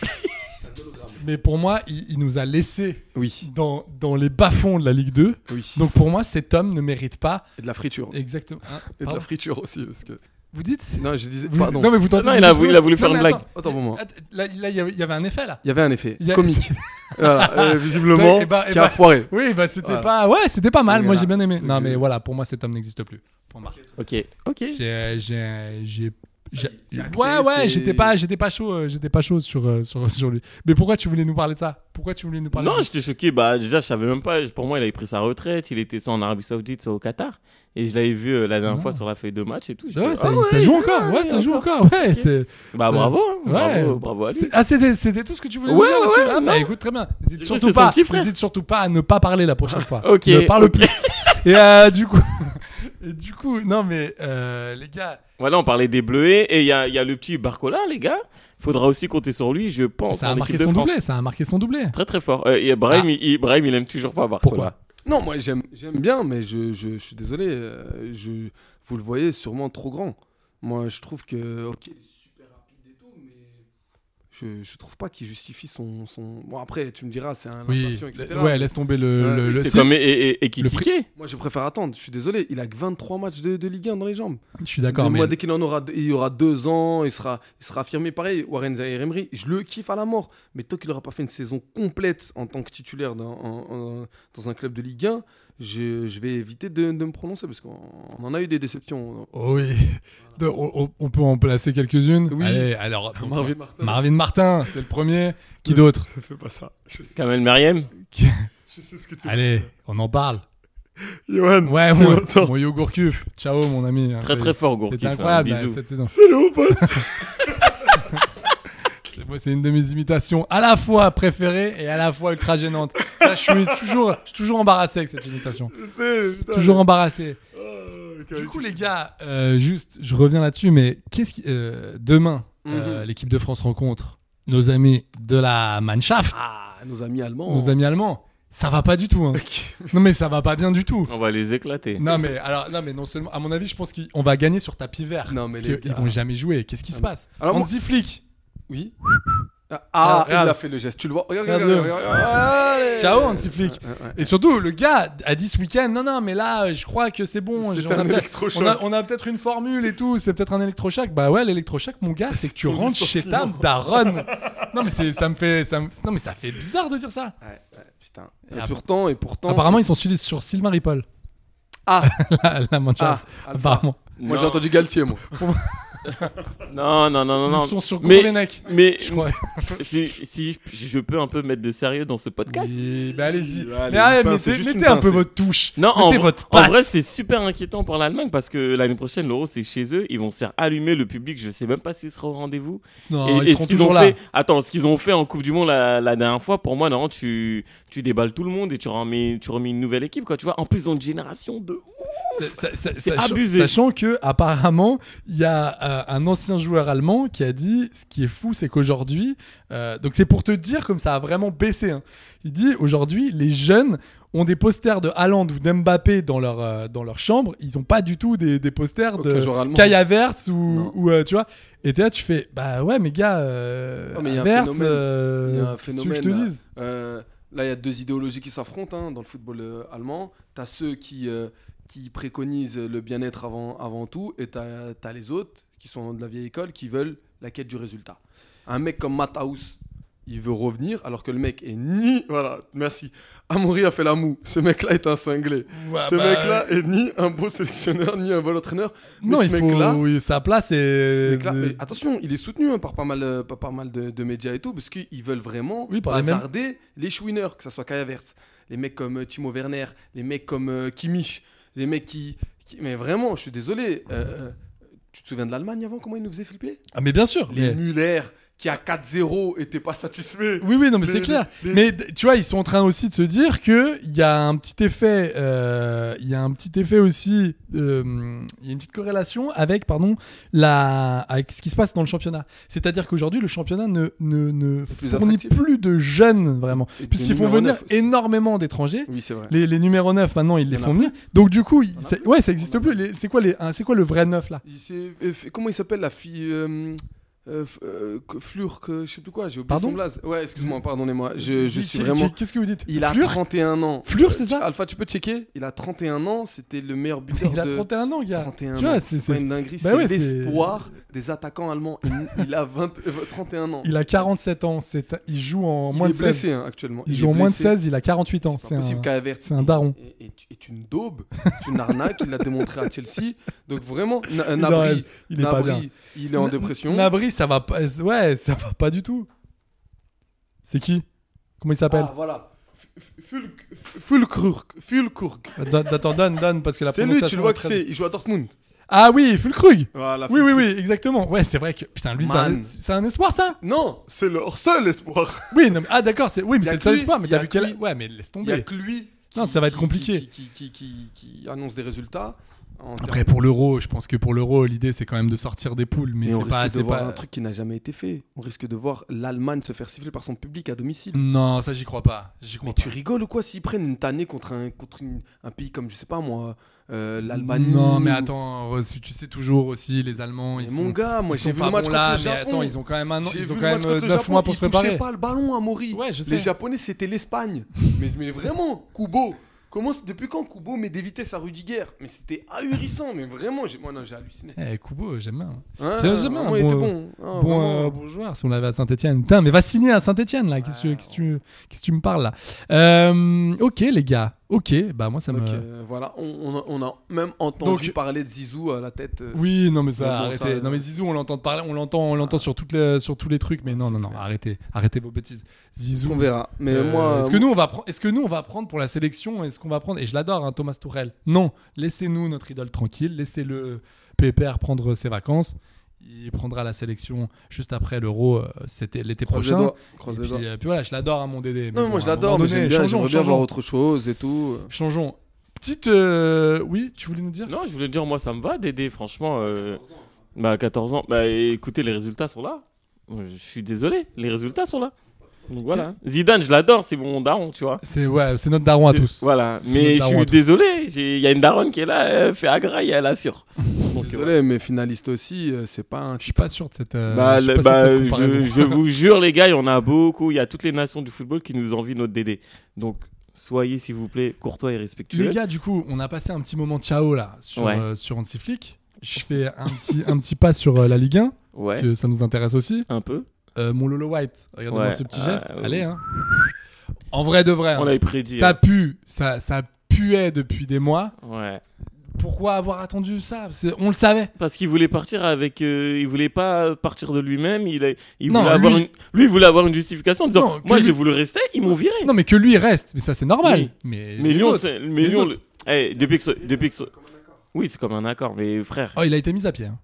Mais pour moi, il, il nous a laissé
Oui.
dans, dans les bas-fonds de la Ligue 2.
Oui.
Donc pour moi, cet homme ne mérite pas
Et de la friture. aussi.
exactement. hein,
Et de
pardon
la friture aussi parce que.
vous dites
Non, je disais.
Vous-
Pardon.
Non, mais vous tentez
Non,
vous
il a
êtes
voulu-
fou.
il a voulu
Non,
faire
mais
une blague.
attends,
Attends pour moi.
att- Là, il là, il y avait il y avait un effet là.
Il y avait un effet
Il y a- <laughs>
comique. voilà, euh, visiblement,
Eh ben, eh
qui a
ben,
foiré.
Oui, bah c'était
Voilà.
pas. Ouais, c'était pas mal.
Oui,
Moi
voilà.
j'ai bien aimé. Non,
Ok.
mais voilà, pour moi cet homme n'existe plus. Point barre.
Ok. Ok.
J'ai- J'ai j'ai J'ai- Ouais, ouais,
c'est-
j'étais pas, j'étais pas chaud, euh, j'étais pas chaud sur, euh, sur, sur lui. Mais pourquoi tu voulais nous parler de ça Pourquoi tu voulais nous parler
Non,
de-
j'étais choqué. Bah, déjà, je savais même pas. Pour moi, il avait pris sa retraite. Il était soit en Arabie Saoudite, soit au Qatar. Et je l'avais vu euh, la dernière
Non.
fois sur la feuille de match et tout. J'étais,
Ah. Ouais, ça,
ah ouais,
ça joue
il est
encore,
là,
ouais,
il est
ça joue
encore.
encore, ouais. c'est-
Bah,
c'est-
bravo, hein,
ouais.
bravo, bravo à lui.
C'est- Ah, c'était, c'était tout ce que tu voulais
Ouais,
nous dire
ouais,
tu-
ouais,
Ah, bah
non.
écoute, très bien. N'hésite
que
surtout
c'est son
pas,
petit frère.
n'hésite surtout pas à ne pas parler la
<laughs>
prochaine fois.
Ok,
Ne parle
ok. <laughs>
plus. Et euh, du coup, <laughs> et du coup, non mais euh, les gars,
Voilà, on parlait des bleuets. Et il y a, il y a le petit Barcola, les gars. Faudra aussi compter sur lui, je pense.
ça
en
a marqué
équipe de
son
France.
doublé, ça a marqué son doublé.
Très, très fort. Euh, et Brahim, il, il- Brahim, il aime toujours pas Barcola.
Pourquoi
Non, moi j'aime j'aime bien, mais je, je, je suis désolé. euh, je, vous le voyez sûrement trop grand. Moi je trouve que. Ok, super rapide et tout, mais. Je, je trouve pas qu'il justifie son, son. Bon, après, tu me diras, c'est un.
Oui,
l'inflation, etc.
la- ouais, laisse tomber le.
Ouais.
le- le-
C'est comme et, et, et
le prix-
Ekitike.
Moi je préfère attendre, je suis désolé. Il a que 23 matchs de, de Ligue 1 dans les jambes.
Je suis d'accord, mais
Moi, dès qu'il en aura, il y aura deux ans, il sera, il sera affirmé. Pareil, Warren Zahir Emery, je le kiffe à la mort. Mais tant qu'il n'aura pas fait une saison complète en tant que titulaire dans, en- en- dans un club de Ligue 1, je, je vais éviter de, de me prononcer parce qu'on on en a eu des déceptions.
Oh oui. <laughs> Donc, on, on- on peut en placer quelques-unes.
Oui.
Allez, alors donc,
Marvin Martin.
Marvin Martin, c'est le premier. Qui d'autre
Fais pas ça. Je sais,
Kamel Meriem.
Qui-
je sais ce que tu
Allez, on en parle.
veux. Johan,
Ouais,
c'est
mon,
maintenant.
mon yogourt cuf. Ciao, mon ami.
Très, très fort, Gourcuff,
C'est
hein,
incroyable
bisous.
cette saison.
Salut, mon pote.
<laughs> C'est- Moi, c'est une de mes imitations à la fois préférée et à la fois ultra gênante. Là, je suis toujours, je suis toujours embarrassé avec cette imitation.
Je sais, putain.
Toujours embarrassé.
Oh, ok,
Du
ok.
coup, les gars, euh, juste, je reviens là-dessus, mais qu'est-ce qui, euh, demain, euh,
Mhm.
l'équipe de France rencontre nos amis de la Mannschaft,
Ah, nos amis allemands.
nos amis allemands. Ça va pas du
<laughs>
tout. hein. Non, mais ça va pas bien du tout.
On va les éclater.
Non mais alors non mais non seulement à mon avis je pense qu'on va gagner sur tapis vert
Non, mais
parce
les
qu'ils
gars. Ah
vont jamais jouer qu'est-ce qui se passe
Alors, moi-
Hansi Flick
Oui. Ah, ah,
regarde.
il a fait le geste. Tu le vois Regarde, regarde,
Regarde-le.
regarde, regarde. Allez.
ciao Hansi Flick
Ouais, ouais.
et surtout le gars a dit ce week-end non non mais là euh, je crois que c'est bon
C'est
on a
un
peut-être-
électrochoc.
on a, on a peut-être une formule et tout c'est peut-être un électrochoc bah ouais l'électrochoc mon gars c'est que tu
<laughs>
ton
rentres chez ta
licenciement.
daronne non mais c'est- ça me fait ça me- non mais ça fait bizarre de dire ça
Ouais, ouais, putain. Et,
Et app-
pourtant, et pourtant.
apparemment ils sont sur, sur Sylvain Ripoll
Ah,
<laughs> la, la Mannschaft.
Ah, Alpha.
apparemment
moi j'ai entendu Galtier, moi.
Non, non, non, non. non.
ils sont sur
mais,
Gourvenac
mais
je
<laughs>
crois
si, si je peux un peu mettre de sérieux dans ce podcast.
Oui, bah allez-y.
Allez,
mais arrête,
une pince,
mettez,
c'est juste
mettez
une
un peu
pince.
votre touche.
Non, en,
mettez
vrai-
votre
en
patte.
vrai, c'est super inquiétant pour l'Allemagne parce que l'année prochaine, l'Euro, c'est chez eux. Ils vont se faire allumer le public. Je sais même pas s'ils seront au rendez-vous.
non,
et
ils
et
seront
ce qu'ils
toujours
ont
là.
fait, attends, ce qu'ils ont fait en Coupe du Monde la, la dernière fois, pour moi, non, tu, tu déballes tout le monde et tu remets, tu remets une nouvelle équipe, quoi. Tu vois, en plus, ils ont une génération de.
C'est- c'est- c'est-
C'est
sachant-
abusé.
Sachant que apparemment, il y a euh, un ancien joueur allemand qui a dit ce qui est fou, c'est qu'aujourd'hui, euh, donc c'est pour te dire comme ça a vraiment baissé. hein. Il dit aujourd'hui, les jeunes ont des posters de Haaland ou d'Mbappé dans leur euh, dans leur chambre. Ils ont pas du tout des, des posters
Aucun joueur
de
allemand.
Kaya Verts ou,
Non.
ou, euh, tu vois. Et t'es là, tu fais bah ouais, mais gars, euh,
Oh, mais il y a un
Verts,
phénomène.
euh,
Il y a un
qu'est-ce que tu veux que
phénomène.
je te
là.
dise
Euh, là, il y a deux idéologies qui s'affrontent hein, dans le football euh, allemand. Tu as ceux qui, euh, qui préconisent le bien-être avant, avant tout, et tu as, les autres qui sont de la vieille école qui veulent la quête du résultat. Un mec comme Matthaus, il veut revenir alors que le mec est ni. Voilà, merci. Amori a fait la moue. Ce mec-là est un cinglé.
Ouais,
ce
bah,
mec-là est ni un beau sélectionneur, ni un bon entraîneur. Mais
Non,
ce
il
mec-là,
faut oui, sa place
ce
et
mec-là- mais attention, il est soutenu hein, par pas mal, euh, par pas mal de, de médias et tout, parce qu'ils veulent vraiment
Oui, par les mêmes.
hasarder les chouineurs, que ce soit Kaya Verts, les mecs comme euh, Timo Werner, les mecs comme euh, Kimmich, les mecs qui, qui- Mais vraiment, je suis désolé. euh, euh, tu te souviens de l'Allemagne avant Comment ils nous faisaient flipper
Ah mais bien sûr.
Les
mais-
Muller, qui à 4-0 était pas satisfait.
Oui oui non mais c'est
les-
clair.
les-
Mais d- tu vois ils sont en train aussi de se dire que il y a un petit effet, euh, il y a un petit effet aussi, euh, il y a une petite corrélation avec pardon la avec ce qui se passe dans le championnat. C'est-à-dire qu'aujourd'hui le championnat ne ne, ne
plus
fournit
attractif.
plus de jeunes vraiment
Et des
puisqu'ils font
numéros
venir
neufs aussi.
énormément d'étrangers.
Oui, c'est vrai.
Les, les numéros 9 maintenant ils les
en a
font venir. Donc du coup, il- c'est- ouais ça existe plus. Les- C'est quoi les hein, c'est quoi le vrai 9 là
Il s'est- euh, fait- Comment il s'appelle la fille euh, euh, f- euh, que- Flurk, euh, je sais plus quoi, j'ai oublié
Pardon
son blaze. Ouais, excuse-moi, pardonnez-moi. Je, je
Qui-
suis
qui-
vraiment.
Qu'est-ce que vous dites
Il a
Fleur
31 ans.
Fleur, c'est ça
Alpha, tu peux checker Il a 31 ans, c'était le meilleur buteur
Il a
de
31 ans, gars.
31
tu vois,
ans.
c'est-
C'est pas
c'est
une dinguerie,
Bah
c'est
ouais, c'est-
l'espoir des attaquants allemands. Il, il a 20 euh, 31 ans.
Il a 47 ans, c'est- il joue en
Il
moins
est
de 16.
blessé, hein, actuellement.
Il,
Il
joue
est
en moins de
blessé.
16, il a 48 ans.
C'est
C'est
pas possible
un,
qu'Avert
c'est un daron.
est, est- est une daube, c'est une arnaque, il l'a démontré à Chelsea. Donc vraiment, Na-
Il
Nabri,
aurait- il est pas
Nabri,
bien.
il est en
Na-
dépression.
Nabri, ça va pas. <laughs> Ouais, ça va pas du tout. C'est qui Comment il s'appelle
Ah, voilà. Fulkrug. Fulkrug.
Donne- Attends, donne, donne, parce que la
C'est lui, tu
prononciation
le vois
est
que
très-
c'est. Il joue à Dortmund.
Ah oui, Fulkrug
Voilà,
Oui, oui,
Fulkrug.
oui, exactement. Ouais, c'est vrai que. Putain, lui, c'est un,
Man.
c'est un espoir, ça
Non, c'est leur seul espoir.
Oui, non, mais- ah d'accord, c'est- oui, mais
Y a
c'est le seul
que lui,
espoir, mais
y a
t'as vu
que
quel.
lui.
Ouais, mais laisse
Il
tomber.
n'y a que lui.
Non, ça va être compliqué.
Qui, qui, qui, qui- qui annonce des résultats. en
Après,
termes-
pour l'euro, je pense que pour l'euro, l'idée, c'est quand même de sortir des poules, mais
Mais on
c'est
risque
pas.
de
c'est
voir
pas...
un truc qui n'a jamais été fait. On risque de voir l'Allemagne se faire siffler par son public à domicile.
Non, ça, j'y crois pas. J'y crois
Mais
pas.
tu rigoles ou quoi s'ils prennent une tannée contre un, contre une- un pays comme, je sais pas moi, euh, l'Albanie
Non, mais
ou-
attends, re- tu sais toujours aussi, les Allemands. Ils
Mais
sont,
mon gars, moi
ils sont
j'ai vu
pas
le match
bons
contre
là,
le
mais
Japon.
attends, ils ont quand même, un, an-
J'ai
Ah ils ont
vu
quand
le
même
match contre le
9
Japon,
mois pour
ils
se préparer.
touchaient pas le ballon à Mori.
Ouais, je sais.
Les Japonais c'était l'Espagne. mais, mais vraiment, Kubo. Comment, depuis quand Kubo met des vitesses à Rudiger Mais c'était ahurissant, mais vraiment, j'ai, moi non, j'ai halluciné.
Eh, Kubo, j'aime bien.
Hein,
J'aime- j'aime bien.
vraiment, il était bon. Ah, vraiment.
euh, bon joueur si on l'avait à Saint-Etienne. Putain, mais va signer à Saint-Etienne là. Qu'est-ce que qu'est-ce que tu, qu'est-ce que tu me parles là Euh, Ok, les gars. Ok, bah moi ça
Donc,
me.
euh, voilà, on, on a, on a même entendu
Donc-
parler de Zizou à la tête. euh,
Oui, non mais ça,
donc bon,
arrêtez.
ça,
non mais
euh, ah.
Zizou, on l'entend parler, on l'entend, on l'entend sur toutes les, sur tous les trucs, mais non, non, non, arrêtez, arrêtez vos bêtises. Zizou.
On verra. Mais moi,
Euh, est-ce que nous on va prendre, est-ce que nous on va prendre pour la sélection, est-ce qu'on va prendre, et je l'adore, hein, Thomas Tourel. Non, laissez-nous notre idole tranquille, laissez le PPR prendre ses vacances. Il prendra la sélection juste après l'Euro, euh, c'était l'été
Croise les
prochain.
doigts, croise
et
les
puis,
doigts.
euh, puis voilà, je l'adore à mon Dédé.
Non, mais
bon,
moi je
à un
l'adore,
moment
mais
donné,
j'aime bien,
changeons,
j'aimerais bien
changeons.
voir autre chose et tout.
Changeons. Petite. euh, Oui, tu voulais nous dire
Non, je voulais dire, moi, ça me va, Dédé, franchement. euh, Bah, 14 ans. Bah, écoutez, les résultats sont là. Euh, Je suis désolé, les résultats sont là. Donc voilà. Zidane, je l'adore, c'est mon daron, tu vois.
C'est ouais, c'est notre daron à tous.
Voilà,
C'est notre
mais je
daron à
suis
tous.
désolé, j'ai- il y a une daronne qui est là, elle fait agra et
<laughs>
elle assure. Donc, euh,
Désolé, mais finaliste aussi, euh, c'est pas un.
Je suis pas sûr de cette. euh,
Bah,
je suis pas
le-
sûr de cette
bah,
comparaison.
je, je
<laughs>
vous jure, les gars, il y en a beaucoup. Il y a toutes les nations du football qui nous envient notre Dédé. Donc, soyez, s'il vous plaît, courtois et respectueux.
Les gars, du coup, on a passé un petit moment ciao là sur
Ouais.
euh, sur Antiflick. Je fais un petit un petit pas sur euh, la Ligue 1
Ouais.
parce que ça nous intéresse aussi.
Un peu.
Euh, mon Lolo White, regardez-moi
Ouais,
ce petit
ah,
geste.
oui.
Allez, hein. En vrai de vrai,
On
hein.
l'avait prédit,
Ça
hein.
pue, ça ça puait depuis des mois.
Ouais.
Pourquoi avoir attendu ça C'est- On le savait.
Parce qu'il voulait partir avec, euh, il voulait pas partir de lui-même. Il, a- il
Non,
voulait avoir
lui-
une, lui il voulait avoir une justification en disant,
Non, que
moi
lui-
j'ai voulu rester, ils m'ont viré.
Non, mais que lui reste, mais ça c'est normal.
Oui.
Mais,
mais
les
Lyon,
autres,
c'est- mais
les
Lyon,
autres.
le- eh, depuis que, ce- depuis que ce- oui, c'est comme un accord, mais frère.
Oh, il a été mis à pied. hein.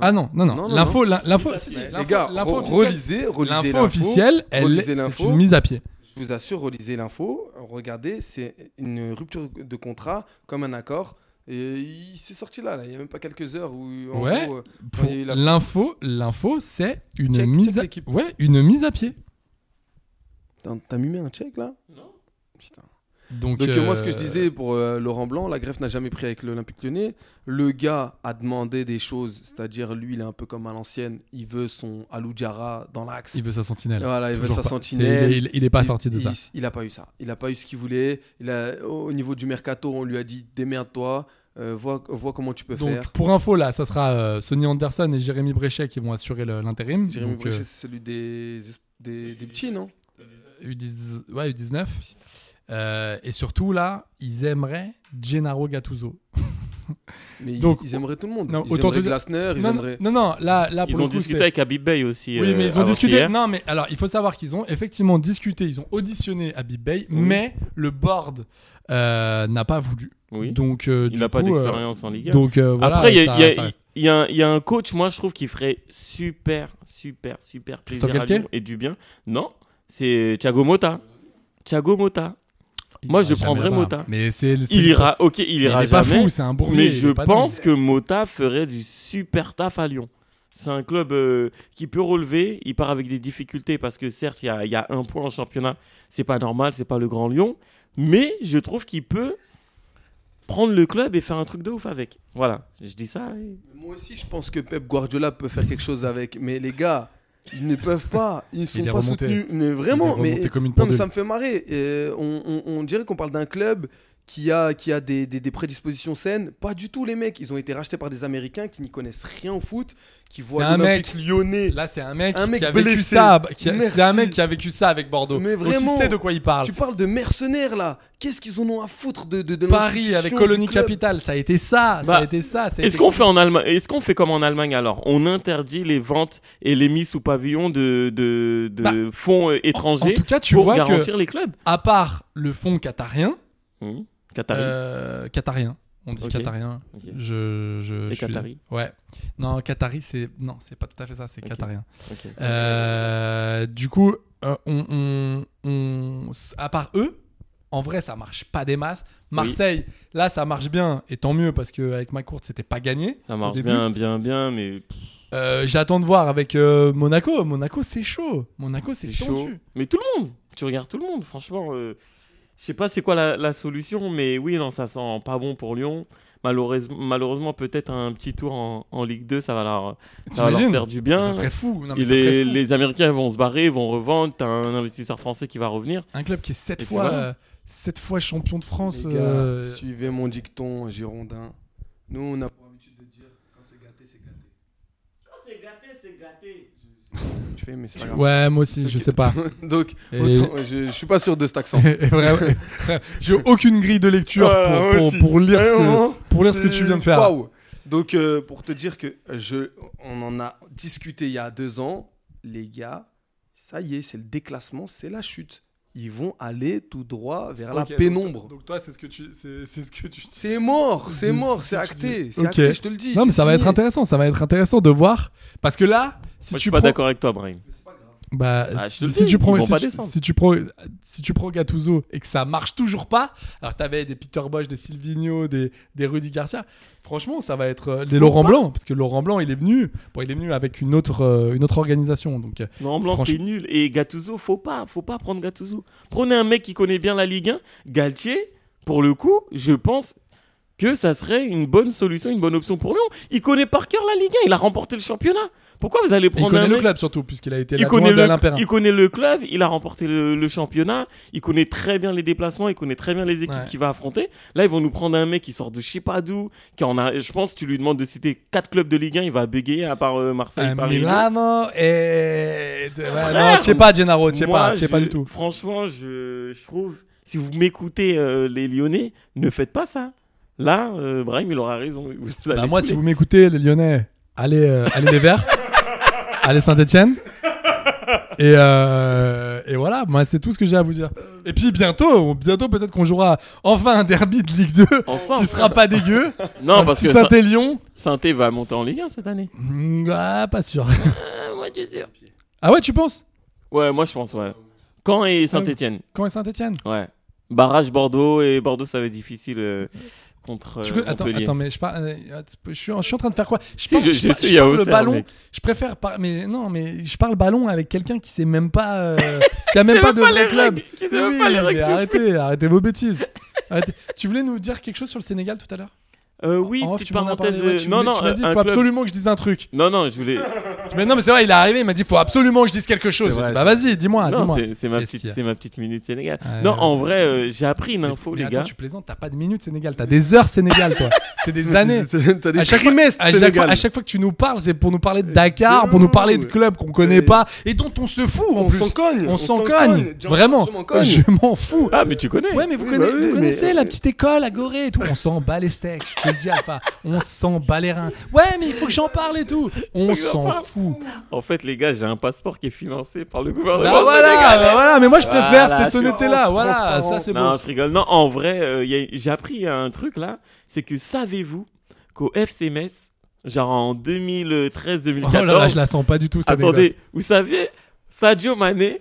Ah non, non, non.
Non, non,
L'info, l'in- l'info,
Mais
si, si,
les
l'info-
gars,
l'info
re-
officielle-
relisez- relisez
l'info
l'info,
officielle, elle,
relisez
est- c'est
l'info.
une mise à pied.
Je vous assure, relisez l'info. Regardez, c'est une rupture de contrat comme un accord. Et il s'est sorti là, là, il y a même pas quelques heures où. en
Ouais.
gros, euh,
Pour
quand il y a eu la-
l'info, l'info, c'est une
Check-
mise,
check
à...
l'équipe.
ouais, une mise à pied.
T'as- T'as mimé un check là
Non.
Putain.
Donc,
Donc, euh,
euh,
moi, ce que je disais pour euh, Laurent Blanc, la greffe n'a jamais pris avec l'Olympique lyonnais. Le gars a demandé des choses, c'est-à-dire lui, il est un peu comme à l'ancienne, il veut son Aloudjara dans l'axe.
il veut sa sentinelle.
Voilà, il veut
Toujours
sa
pas.
sentinelle.
C'est- Il, il- il est pas sorti de
il,
ça.
Il, il a pas eu ça. Il a pas eu ce qu'il voulait. Il a, au au niveau du mercato, on lui a dit démerde-toi, euh, vois, vois comment tu peux
Donc,
faire.
pour info, là, ça sera euh, Sonny Anderson et Jérémy Bréchet qui vont assurer le- l'intérim.
Jérémy
Donc, euh,
Brochet, c'est celui des, des, des petits, non
U10 euh, ouais, U19. Euh, et surtout, là, ils aimeraient Gennaro Gattuso.
Mais ils-
Donc,
ils, aimeraient tout le monde.
non,
ils
autant
aimeraient
te dire-
Glasner, ils
non,
aimeraient.
non, non, là, là Ah, pour
Ils
le
ont
coup,
discuté
c'est-
avec Habib Bey aussi.
Oui,
euh,
mais ils ont
avant
discuté.
hier.
Non, mais alors, il faut savoir qu'ils ont effectivement discuté, ils ont auditionné Habib Bey, mais le board euh, n'a pas voulu.
Oui.
Donc, euh,
Il
du
n'a pas
coup, euh,
d'expérience en Ligue 1.
Donc, euh, voilà.
Après, il y
ça-
a- il y
ça
a-
reste.
il y a un- il y a un coach, moi je trouve, qui ferait super, super, super plaisir
Christophe
à
Galtier
Lyon et du bien. Non, c'est Thiago Motta. Thiago Motta.
Il
moi,
ira
je
jamais
prendrais
là-bas.
Mota.
Mais c'est, c'est-
Il ira, ok, il
il
ira
est pas
jamais.
fou, c'est un bourbier.
Mais
il est
je
pas dingue.
pense que Mota ferait du super taf à Lyon. C'est un club euh, qui peut relever. Il part avec des difficultés parce que certes, il y a, il y a un point en championnat. C'est pas normal, c'est pas le grand Lyon. Mais je trouve qu'il peut prendre le club et faire un truc de ouf avec. Voilà, je dis ça. et-
Moi aussi, je pense que Pep Guardiola peut faire quelque chose avec. Mais les gars, ils ne peuvent pas. Ils sont
est
pas
remonté.
soutenus. Mais vraiment,
Il est remonté
mais,
comme une
non, mais
pendule.
ça me fait marrer. Euh, on, on- on dirait qu'on parle d'un club qui a, qui a des, des- des prédispositions saines. Pas du tout, les mecs. Ils ont été rachetés par des Américains qui n'y connaissent rien au foot, qui
C'est
voient
un mec
l'Olympique lyonnais.
Là, c'est un mec,
Un mec
qui a vécu
blessé.
ça. qui a- C'est un
Merci.
mec qui a vécu ça avec Bordeaux.
Mais
Donc, il
vraiment,
sait de quoi il parle.
Tu parles de mercenaires, là. Qu'est-ce qu'ils en ont à foutre de, de, de
Paris
l'institution
avec
du
Colonie
club
Capital, ça a été ça. ça a
Bah,
été ça. ça a
Est-ce
été-
qu'on fait en Allemagne Est-ce qu'on fait comme en Allemagne alors On interdit les ventes et les mises sous pavillon de, de, de fonds euh,
Bah, En
étrangers
tout cas, tu
pour
vois
garantir
que,
les clubs.
à part le fonds qatarien,
Mmh. Qatari.
euh, qatarien, on dit
Ok.
qatarien.
Ok.
Je, je,
Et
je suis-
qatari
Ouais. Non, qatari, c'est non, c'est pas tout à fait ça. C'est
Ok.
qatarien.
Ok.
Euh, du coup, euh, on, on- on- à part eux, en vrai, ça marche pas des masses. Marseille, là, ça marche bien, et tant mieux parce que avec ma courte, c'était pas gagné.
Ça
au
marche
début.
bien, bien, bien, mais pff,
Euh, J'attends de voir avec euh, Monaco. Monaco, c'est chaud. Monaco, c'est
c'est chaud.
tendu.
Mais tout le monde, tu regardes tout le monde, franchement. euh, je sais pas c'est quoi la, la solution, mais oui, non, ça sent pas bon pour Lyon. Malheureuse- malheureusement, peut-être un petit tour en, en Ligue 2, ça va leur, ça va leur
T'imagines
faire du bien.
Ça serait fou. Non, mais
Et
ça serait
les,
fou.
les Américains vont se barrer, vont revendre. T'as un investisseur français qui va revenir.
Un club qui est 7
Et puis
fois,
voilà.
euh, sept fois champion de France.
Les gars,
euh,
suivez mon dicton girondin. Nous, on a pour habitude de dire quand c'est gâté, c'est gâté. Quand c'est gâté, c'est gâté. Tu fais, mais c'est pas grave.
Ouais, moi aussi, je
Ok.
sais <laughs> pas.
<laughs> Donc,
Et-
autant- je, je suis pas sûr de cet
<laughs>
accent.
Et vraiment, J'ai aucune grille de lecture
Voilà,
pour-
moi
pour,
aussi.
pour lire, ce
Vraiment,
que, pour lire ce que
c'est-
tu viens de faire.
waouh. Donc, euh, pour te dire que euh, je, on en a discuté il y a deux ans, les gars, ça y est, c'est le déclassement, c'est la chute. Ils vont aller tout droit vers
Ok,
la
donc-
pénombre.
Donc toi, c'est ce que tu, c'est c'est ce que tu dis.
C'est mort,
C'est-
c'est mort,
c'est
c'est
ce que tu
acté,
dis.
c'est
Ok.
acté, je te le dis.
Non, mais
c'est
ça va être
signé.
intéressant. Ça va être intéressant de voir parce que là, si
Moi, je
tu
suis pas
prends-
d'accord avec toi, Brahim.
bah,
Ah, je te
si,
le
si
dis,
tu prends,
ils vont
si,
pas
tu,
descendre.
si tu prends, si tu prends Gattuso et que ça marche toujours pas, alors que t'avais des Peter Bosch, des Silvino, des, des Rudy Garcia. Franchement, ça va être euh, des Laurent Blanc, parce que Laurent Blanc, il est venu, bon, il est venu avec une autre, euh, une autre organisation. Donc, euh,
Non, Blanc,
franchement-
c'est nul. Et Gattuso, faut pas, faut pas prendre Gattuso. Prenez un mec qui connaît bien la Ligue 1, Galtier. Pour le coup, je pense que ça serait une bonne solution, une bonne option pour Lyon. Il connaît par cœur la Ligue 1. Il a remporté le championnat. Pourquoi vous allez
Et il
prendre
connaît
un
le
mec
club surtout, puisqu'il a été
il
l'adjoint
connaît,
d'Alain
le,
Perrin.
il connaît le club, il a remporté le, le championnat, il connaît très bien les déplacements, il connaît très bien les équipes
Ouais.
qu'il va affronter. Là, ils vont nous prendre un mec qui sort de je sais pas d'où, qui en a, je pense, tu lui demandes de citer quatre clubs de Ligue 1, il va bégayer à part euh, Marseille,
Euh,
Paris.
Milano et... de- ouais,
Frère,
non, tu sais pas, Gennaro, tu sais
Moi,
pas, tu sais pas
je-
du tout.
Franchement, je, je trouve, si vous m'écoutez, euh, les Lyonnais, ne faites pas ça. Là, euh, Brahim, il aura raison. <laughs> Vous allez
Bah, moi,
couler.
si vous m'écoutez, les Lyonnais, allez, euh, allez les
<laughs>
Verts, allez Saint-Etienne. Et, euh, et voilà, moi, c'est tout ce que j'ai à vous dire. Et puis bientôt, on- bientôt peut-être qu'on jouera enfin un derby de Ligue 2
Ensemble.
qui sera pas dégueu.
Non,
Un
parce
petit
que Saint-
Saint-Élion,
Saint-Étienne va monter en Ligue 1 cette année.
Mm, ah, pas sûr.
moi, je suis sûr.
Ah ouais, tu penses
Ouais, moi, je pense, ouais. Caen et Saint-Etienne.
Quand est Saint-Etienne
Ouais. Barrage Bordeaux et Bordeaux, ça va être difficile euh, contre. euh,
Tu connais- attends,
Montpellier.
attends, mais je, par- euh, je, suis en, je suis en train de faire quoi Je
Si,
parle,
je-
je
je
par-
sais,
je
y a
parle le
Auxerre,
ballon.
mec.
Je préfère par- mais non, mais je parle ballon avec quelqu'un qui sait même pas, euh,
<laughs>
qui a même pas de vrai club.
qui sait
Mais
même
oui,
pas les règles
mais
du
arrêtez, arrêtez vos bêtises. Arrêtez. Tu voulais nous dire quelque chose sur le Sénégal tout à l'heure
Euh, oui,
En off, tu
petite
m'en as
parenthèse.
parlé, ouais,
euh,
tu
non,
voulais-
non,
tu m'as dit,
un
faut
club-
absolument que je dise un truc.
Non, non, je voulais.
Mais non, mais c'est vrai, il est arrivé, il m'a dit, faut absolument que je dise quelque chose.
C'est
J'ai
vrai,
dit, bah
c'est
vas-y, dis-moi,
Non,
dis-moi.
c'est- c'est ma
Qu'est-ce
petite,
qu'il y a
c'est ma petite minute Sénégal.
Euh,
Non, en vrai, euh, j'ai appris une
Mais-
info,
mais
les
attends,
gars.
tu plaisantes, t'as pas de minutes Sénégal, t'as des heures Sénégal, toi. C'est
<laughs>
des années.
<laughs> T'as des
à chaque, fois,
trimestres
à, chaque fois,
Sénégal.
à chaque fois que tu nous parles, c'est pour nous parler de Dakar, pour nous parler de clubs qu'on connaît pas et dont on se fout en
On
plus.
s'en cogne,
on
on
s'en
s'en
cogne,
cogne. Je-
vraiment.
je m'en cogne.
Je m'en fous.
Ah, mais tu connais.
Ouais, mais vous,
Oui,
connaissez,
bah oui,
vous
mais-
connaissez la petite école à Gorée et tout. On s'en bat les steaks, je te le dis, Alpha. On s'en bat les reins. Ouais, mais il faut que j'en parle et tout. On s'en fout.
En fait, les gars, j'ai un passeport qui est financé par le
Bah
gouvernement.
voilà,
sénégalais.
bah voilà, mais moi je préfère
Voilà,
cette honnêteté-là.
assurance,
Voilà, ça
transparent.
c'est
Non,
bon.
je rigole. Non, en vrai, euh, y a- j'ai appris un truc là. C'est que savez-vous qu'au FC Metz, genre en 2013-2014,
Oh là là, je la sens pas du tout cette
Attendez,
anecdote.
vous savez, Sadio Mané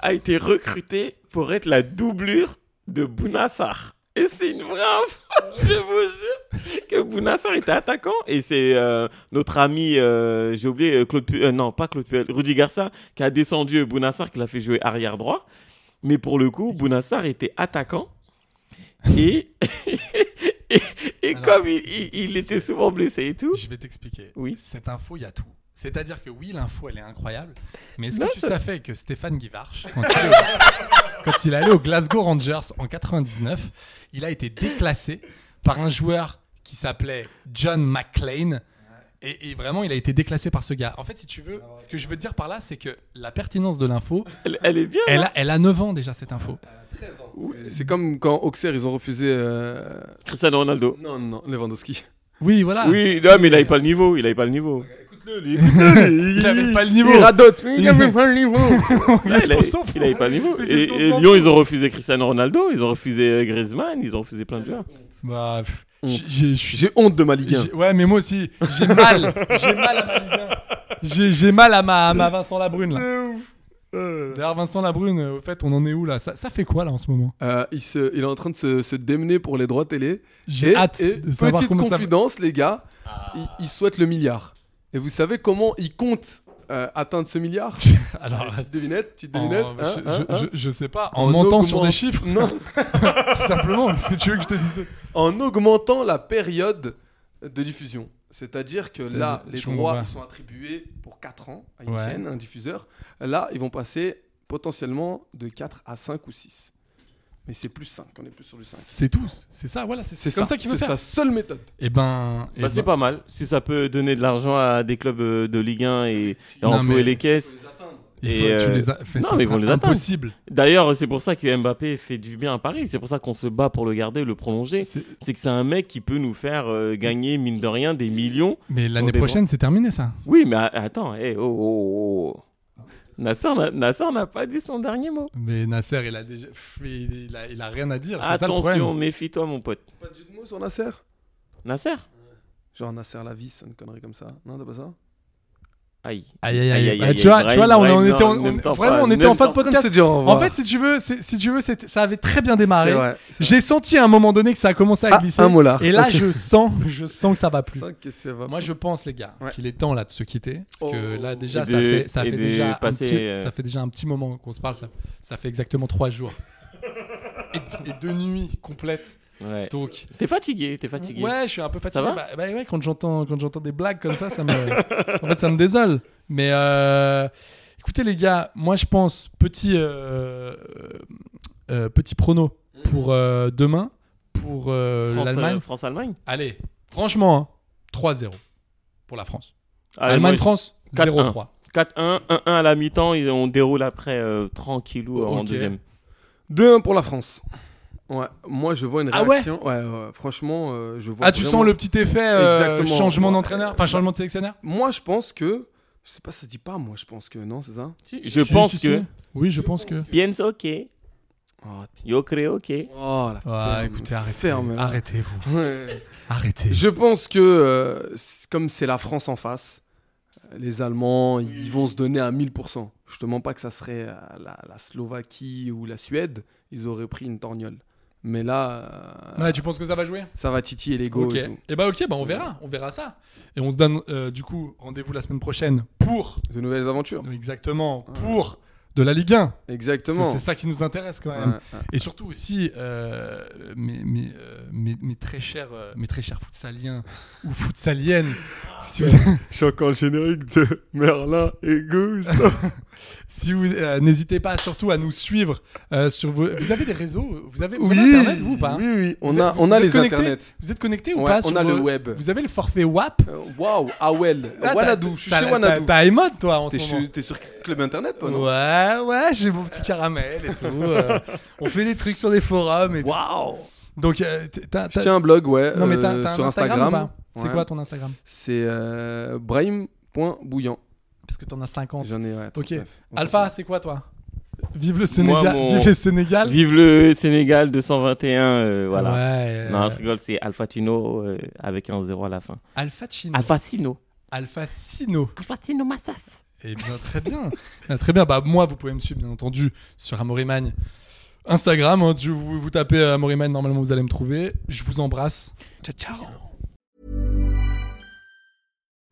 a été recruté pour être la doublure de Bounassar. Et c'est une vraie info, <laughs> je vous jure, que Bounassar était attaquant. Et c'est euh, notre ami, euh, j'ai oublié, euh, Claude Puel, euh, non, pas Claude Puel, Rudy Garça, qui a descendu Bounassar, qui l'a fait jouer arrière droit. Mais pour le coup, Bounassar était attaquant. Et, <laughs> et, et
Alors.
comme il, il- il était souvent blessé et tout.
Je vais t'expliquer.
Oui.
Cette info, il y a tout. C'est-à-dire que oui, l'info, elle est incroyable, mais est-ce
Non,
que tu
ça-
savais que Stéphane Guivarch, quand il, est au- <laughs> quand il est allé aux Glasgow Rangers en 99, il a été déclassé par un joueur qui s'appelait John McLean. Et, et vraiment, il a été déclassé par ce gars. En fait, si tu veux, ce que je veux dire par là, c'est que la pertinence de l'info,
elle, est bien. hein.
Elle a, elle a 9 ans déjà, cette info.
C'est comme quand Auxerre, ils ont refusé. euh,
Cristiano Ronaldo.
Non, non,
<laughs>
Lewandowski.
Oui, voilà. <laughs>
Oui, non, mais il n'avait pas le niveau. Il n'avait pas le niveau.
il
avait pas le niveau.
Il radote, mais il
Il-
avait pas
<laughs>
le niveau.
Là, Ah, il, avait, il avait pas le niveau. Et, et Lyon, ils ont refusé Cristiano Ronaldo, ils ont refusé euh, Griezmann, ils ont refusé plein de joueurs.
Bah, pff,
Honte.
j'ai- je suis-
J'ai honte de ma Ligue 1.
j'ai- Ouais, mais moi aussi,
<laughs>
j'ai mal. j'ai mal à ma Ligue 1. J'ai- J'ai mal à ma, à ma Vincent Labrune. là. D'ailleurs, Vincent Labrune, euh, au fait, on en est où là ça, ça fait quoi là en ce moment
Euh, il, se- il est en train de se, se démener pour les droits télé.
J'ai
Et-
hâte
et
de savoir
petite
comment ça va.
confidence, les gars, il, il souhaite le milliard. Et vous savez comment il compte euh, atteindre
<laughs>
ce milliard
Alors,
Petite devinette, petite
en-
devinette.
Oh, je,
hein,
je-
hein, hein.
je- je sais pas, en,
En
mentant sur
augmentant-
des chiffres <laughs>
Non,
Tout simplement, qu'est-ce que tu veux que je te dise
hein. en augmentant la période de diffusion. C'est-à-dire que là,
C'est-à-dire-
les
je comprends
droits
pas.
ils sont attribués pour 4 ans à une
Ouais.
chaîne, à un diffuseur. Là, ils vont passer potentiellement de 4 à 5 ou 6. Mais c'est plus 5, on est plus sur du 5.
C'est tout, c'est ça, voilà, c'est c'est comme ça, qu'il faut
C'est sa
faire.
seule méthode.
Et ben, eh
Bah, c'est
ben,
pas mal. Si ça peut donner de l'argent à des clubs euh, de Ligue 1 et, et
Non,
en
mais-
fouet les caisses.
il
Et,
faut que tu
euh,
les a- fais
non,
ça
mais ils
sera
vont les atteindre.
impossible.
D'ailleurs, c'est pour ça que Mbappé fait du bien à Paris. C'est pour ça qu'on se bat pour le garder, le prolonger.
C'est-
C'est que c'est un mec qui peut nous faire euh, gagner, mine de rien, des millions.
Mais l'année
Sur des
prochaine, c'est terminé ça.
Oui, mais a- attends, hey, oh, oh, oh. Nasser n'a- Nasser n'a pas dit son dernier mot.
Mais Nasser, il a déjà, pff, il il a, il a rien à dire. C'est ça le
Attention,
problème.
méfie-toi, mon pote.
Pas de jeu de mots sur Nasser
Nasser
Genre Nasser la vis, une connerie comme ça. Non, t'as pas ça
Aïe.
Aïe, aïe, aïe, aïe, tu vois, tu vois, là, on,
Brahim,
était, en-
en même
on-
temps,
vraiment,
pas-
on était
même
en fin de
temps.
podcast.
C'est dur, au revoir.
En fait, si tu veux, c'est- si tu veux, c'était- ça avait très bien démarré.
C'est vrai, c'est
J'ai senti à un moment donné que ça a commencé à
Ah,
glisser.
un molar.
Et là,
Ok.
je sens, je sens que ça va plus.
vrai que c'est va-
Moi, je pense, les gars,
Ouais.
qu'il est temps là de se quitter, parce que
Oh.
là, déjà,
Et
ça
de-
fait, ça
et
fait
de
déjà un
passer,
petit,
euh,
ça fait déjà un petit moment qu'on se parle. Ça, ça fait exactement trois jours et, et deux nuits complètes.
Ouais.
Donc,
T'es fatigué, t'es fatigué.
Ouais, je suis un peu fatigué.
va
bah, bah ouais, quand j'entends quand j'entends des blagues comme ça, ça me en fait ça me <laughs> désole. Mais euh, écoutez les gars, moi je pense petit euh, euh, petit prono pour euh, demain pour euh,
France,
l'Allemagne.
euh, France-Allemagne
Allez, franchement, hein, 3-0 pour la Ah, France.
Allemagne,
Allemagne-France
4-1.
0-3.
4-1, 1-1 à la mi-temps, et on déroule après euh, tranquillou euh, en
Ok.
deuxième.
2-1 pour la France. Ouais, moi je vois une
Ah ouais
réaction. ouais, ouais, franchement, euh, je vois.
Ah, tu
vraiment-
sens le petit effet euh,
Exactement.
changement
Ouais.
d'entraîneur, enfin changement de sélectionneur
Moi je pense que. Je sais pas, ça se dit pas, moi je pense que. Non, c'est ça
Je
Si,
pense
si, si.
que.
Oui, je pense que
Piense ok,
Oh,
yo creo ok.
oh, la
Ah,
ferme,
écoutez, arrêtez.
ferme, là.
Arrêtez-vous.
Ouais.
Arrêtez.
Je pense que, euh, c- comme c'est la France en face, euh, les Allemands, ils vont se donner à 1000%. Je te mens pas que ça serait euh, la, la Slovaquie ou la Suède, ils auraient pris une torgnole. Mais là, euh,
Ouais, tu penses que ça va jouer
ça va titiller l'ego
Ok.
et tout.
Eh ben ok, ben on verra, on verra ça. Et on se donne euh, du coup rendez-vous la semaine prochaine pour euh,
De nouvelles aventures.
exactement pour de la Ligue 1. Parce que
Exactement.
C'est ça qui nous intéresse quand même.
Ouais, ouais.
Et surtout aussi euh, mes, mes, euh, mes- mes très chers euh, mes très chers futsaliens ou
<laughs>
futsaliennes. si vous,
Je suis encore le générique de Merlin et Goose.
<laughs> si vous, euh, n'hésitez pas surtout à nous suivre euh, sur vos. Vous avez des réseaux Vous avez vous
Oui,
avez internet vous ou pas
oui, oui, on
Vous
a,
êtes-
on a
vous êtes
les
connectés
internets.
Vous êtes connecté ou
Ouais,
pas
on
sur
a le
vos-
web.
Vous avez le forfait WAP
Euh, Waouh, Awel,
Là, Ah, t'as-
Wanadoo, Euh, je suis
t'as-
chez
t'as-
Wanadoo.
T'as Emod toi en ce
T'es
moment.
sur, t'es sur Club Internet, toi, non
Ouais, ouais, j'ai mon petit caramel et tout.
<laughs>
euh, on fait des trucs sur des forums et tout.
Waouh
Donc, euh, t- t'as,
Je
t'as-
tiens un blog, ouais,
non, mais t'as,
euh,
t'as un
sur
Instagram,
Instagram.
ou pas C'est
Ouais.
quoi ton Instagram
C'est euh, brahim.bouillant.
Parce que t'en as 50.
J'en ai, ouais, 39.
Alpha, c'est quoi toi Vive le Sénégal.
mon-
Vive le Sénégal.
Vive le Sénégal 221, euh, voilà.
Ouais, euh,
Non, je rigole, c'est Alfatino euh, avec un 0 à la fin.
Alpha Chino. Alpha...
Alfatino.
Sino.
Alfatino Massas.
Eh bien, très bien. Ah, très bien. Bah, moi, vous pouvez me suivre, bien entendu, sur Amorimagne. Instagram, hein, tu- vous, vous tapez Amorimagne, normalement, vous allez me trouver. Je vous embrasse.
Ciao, ciao.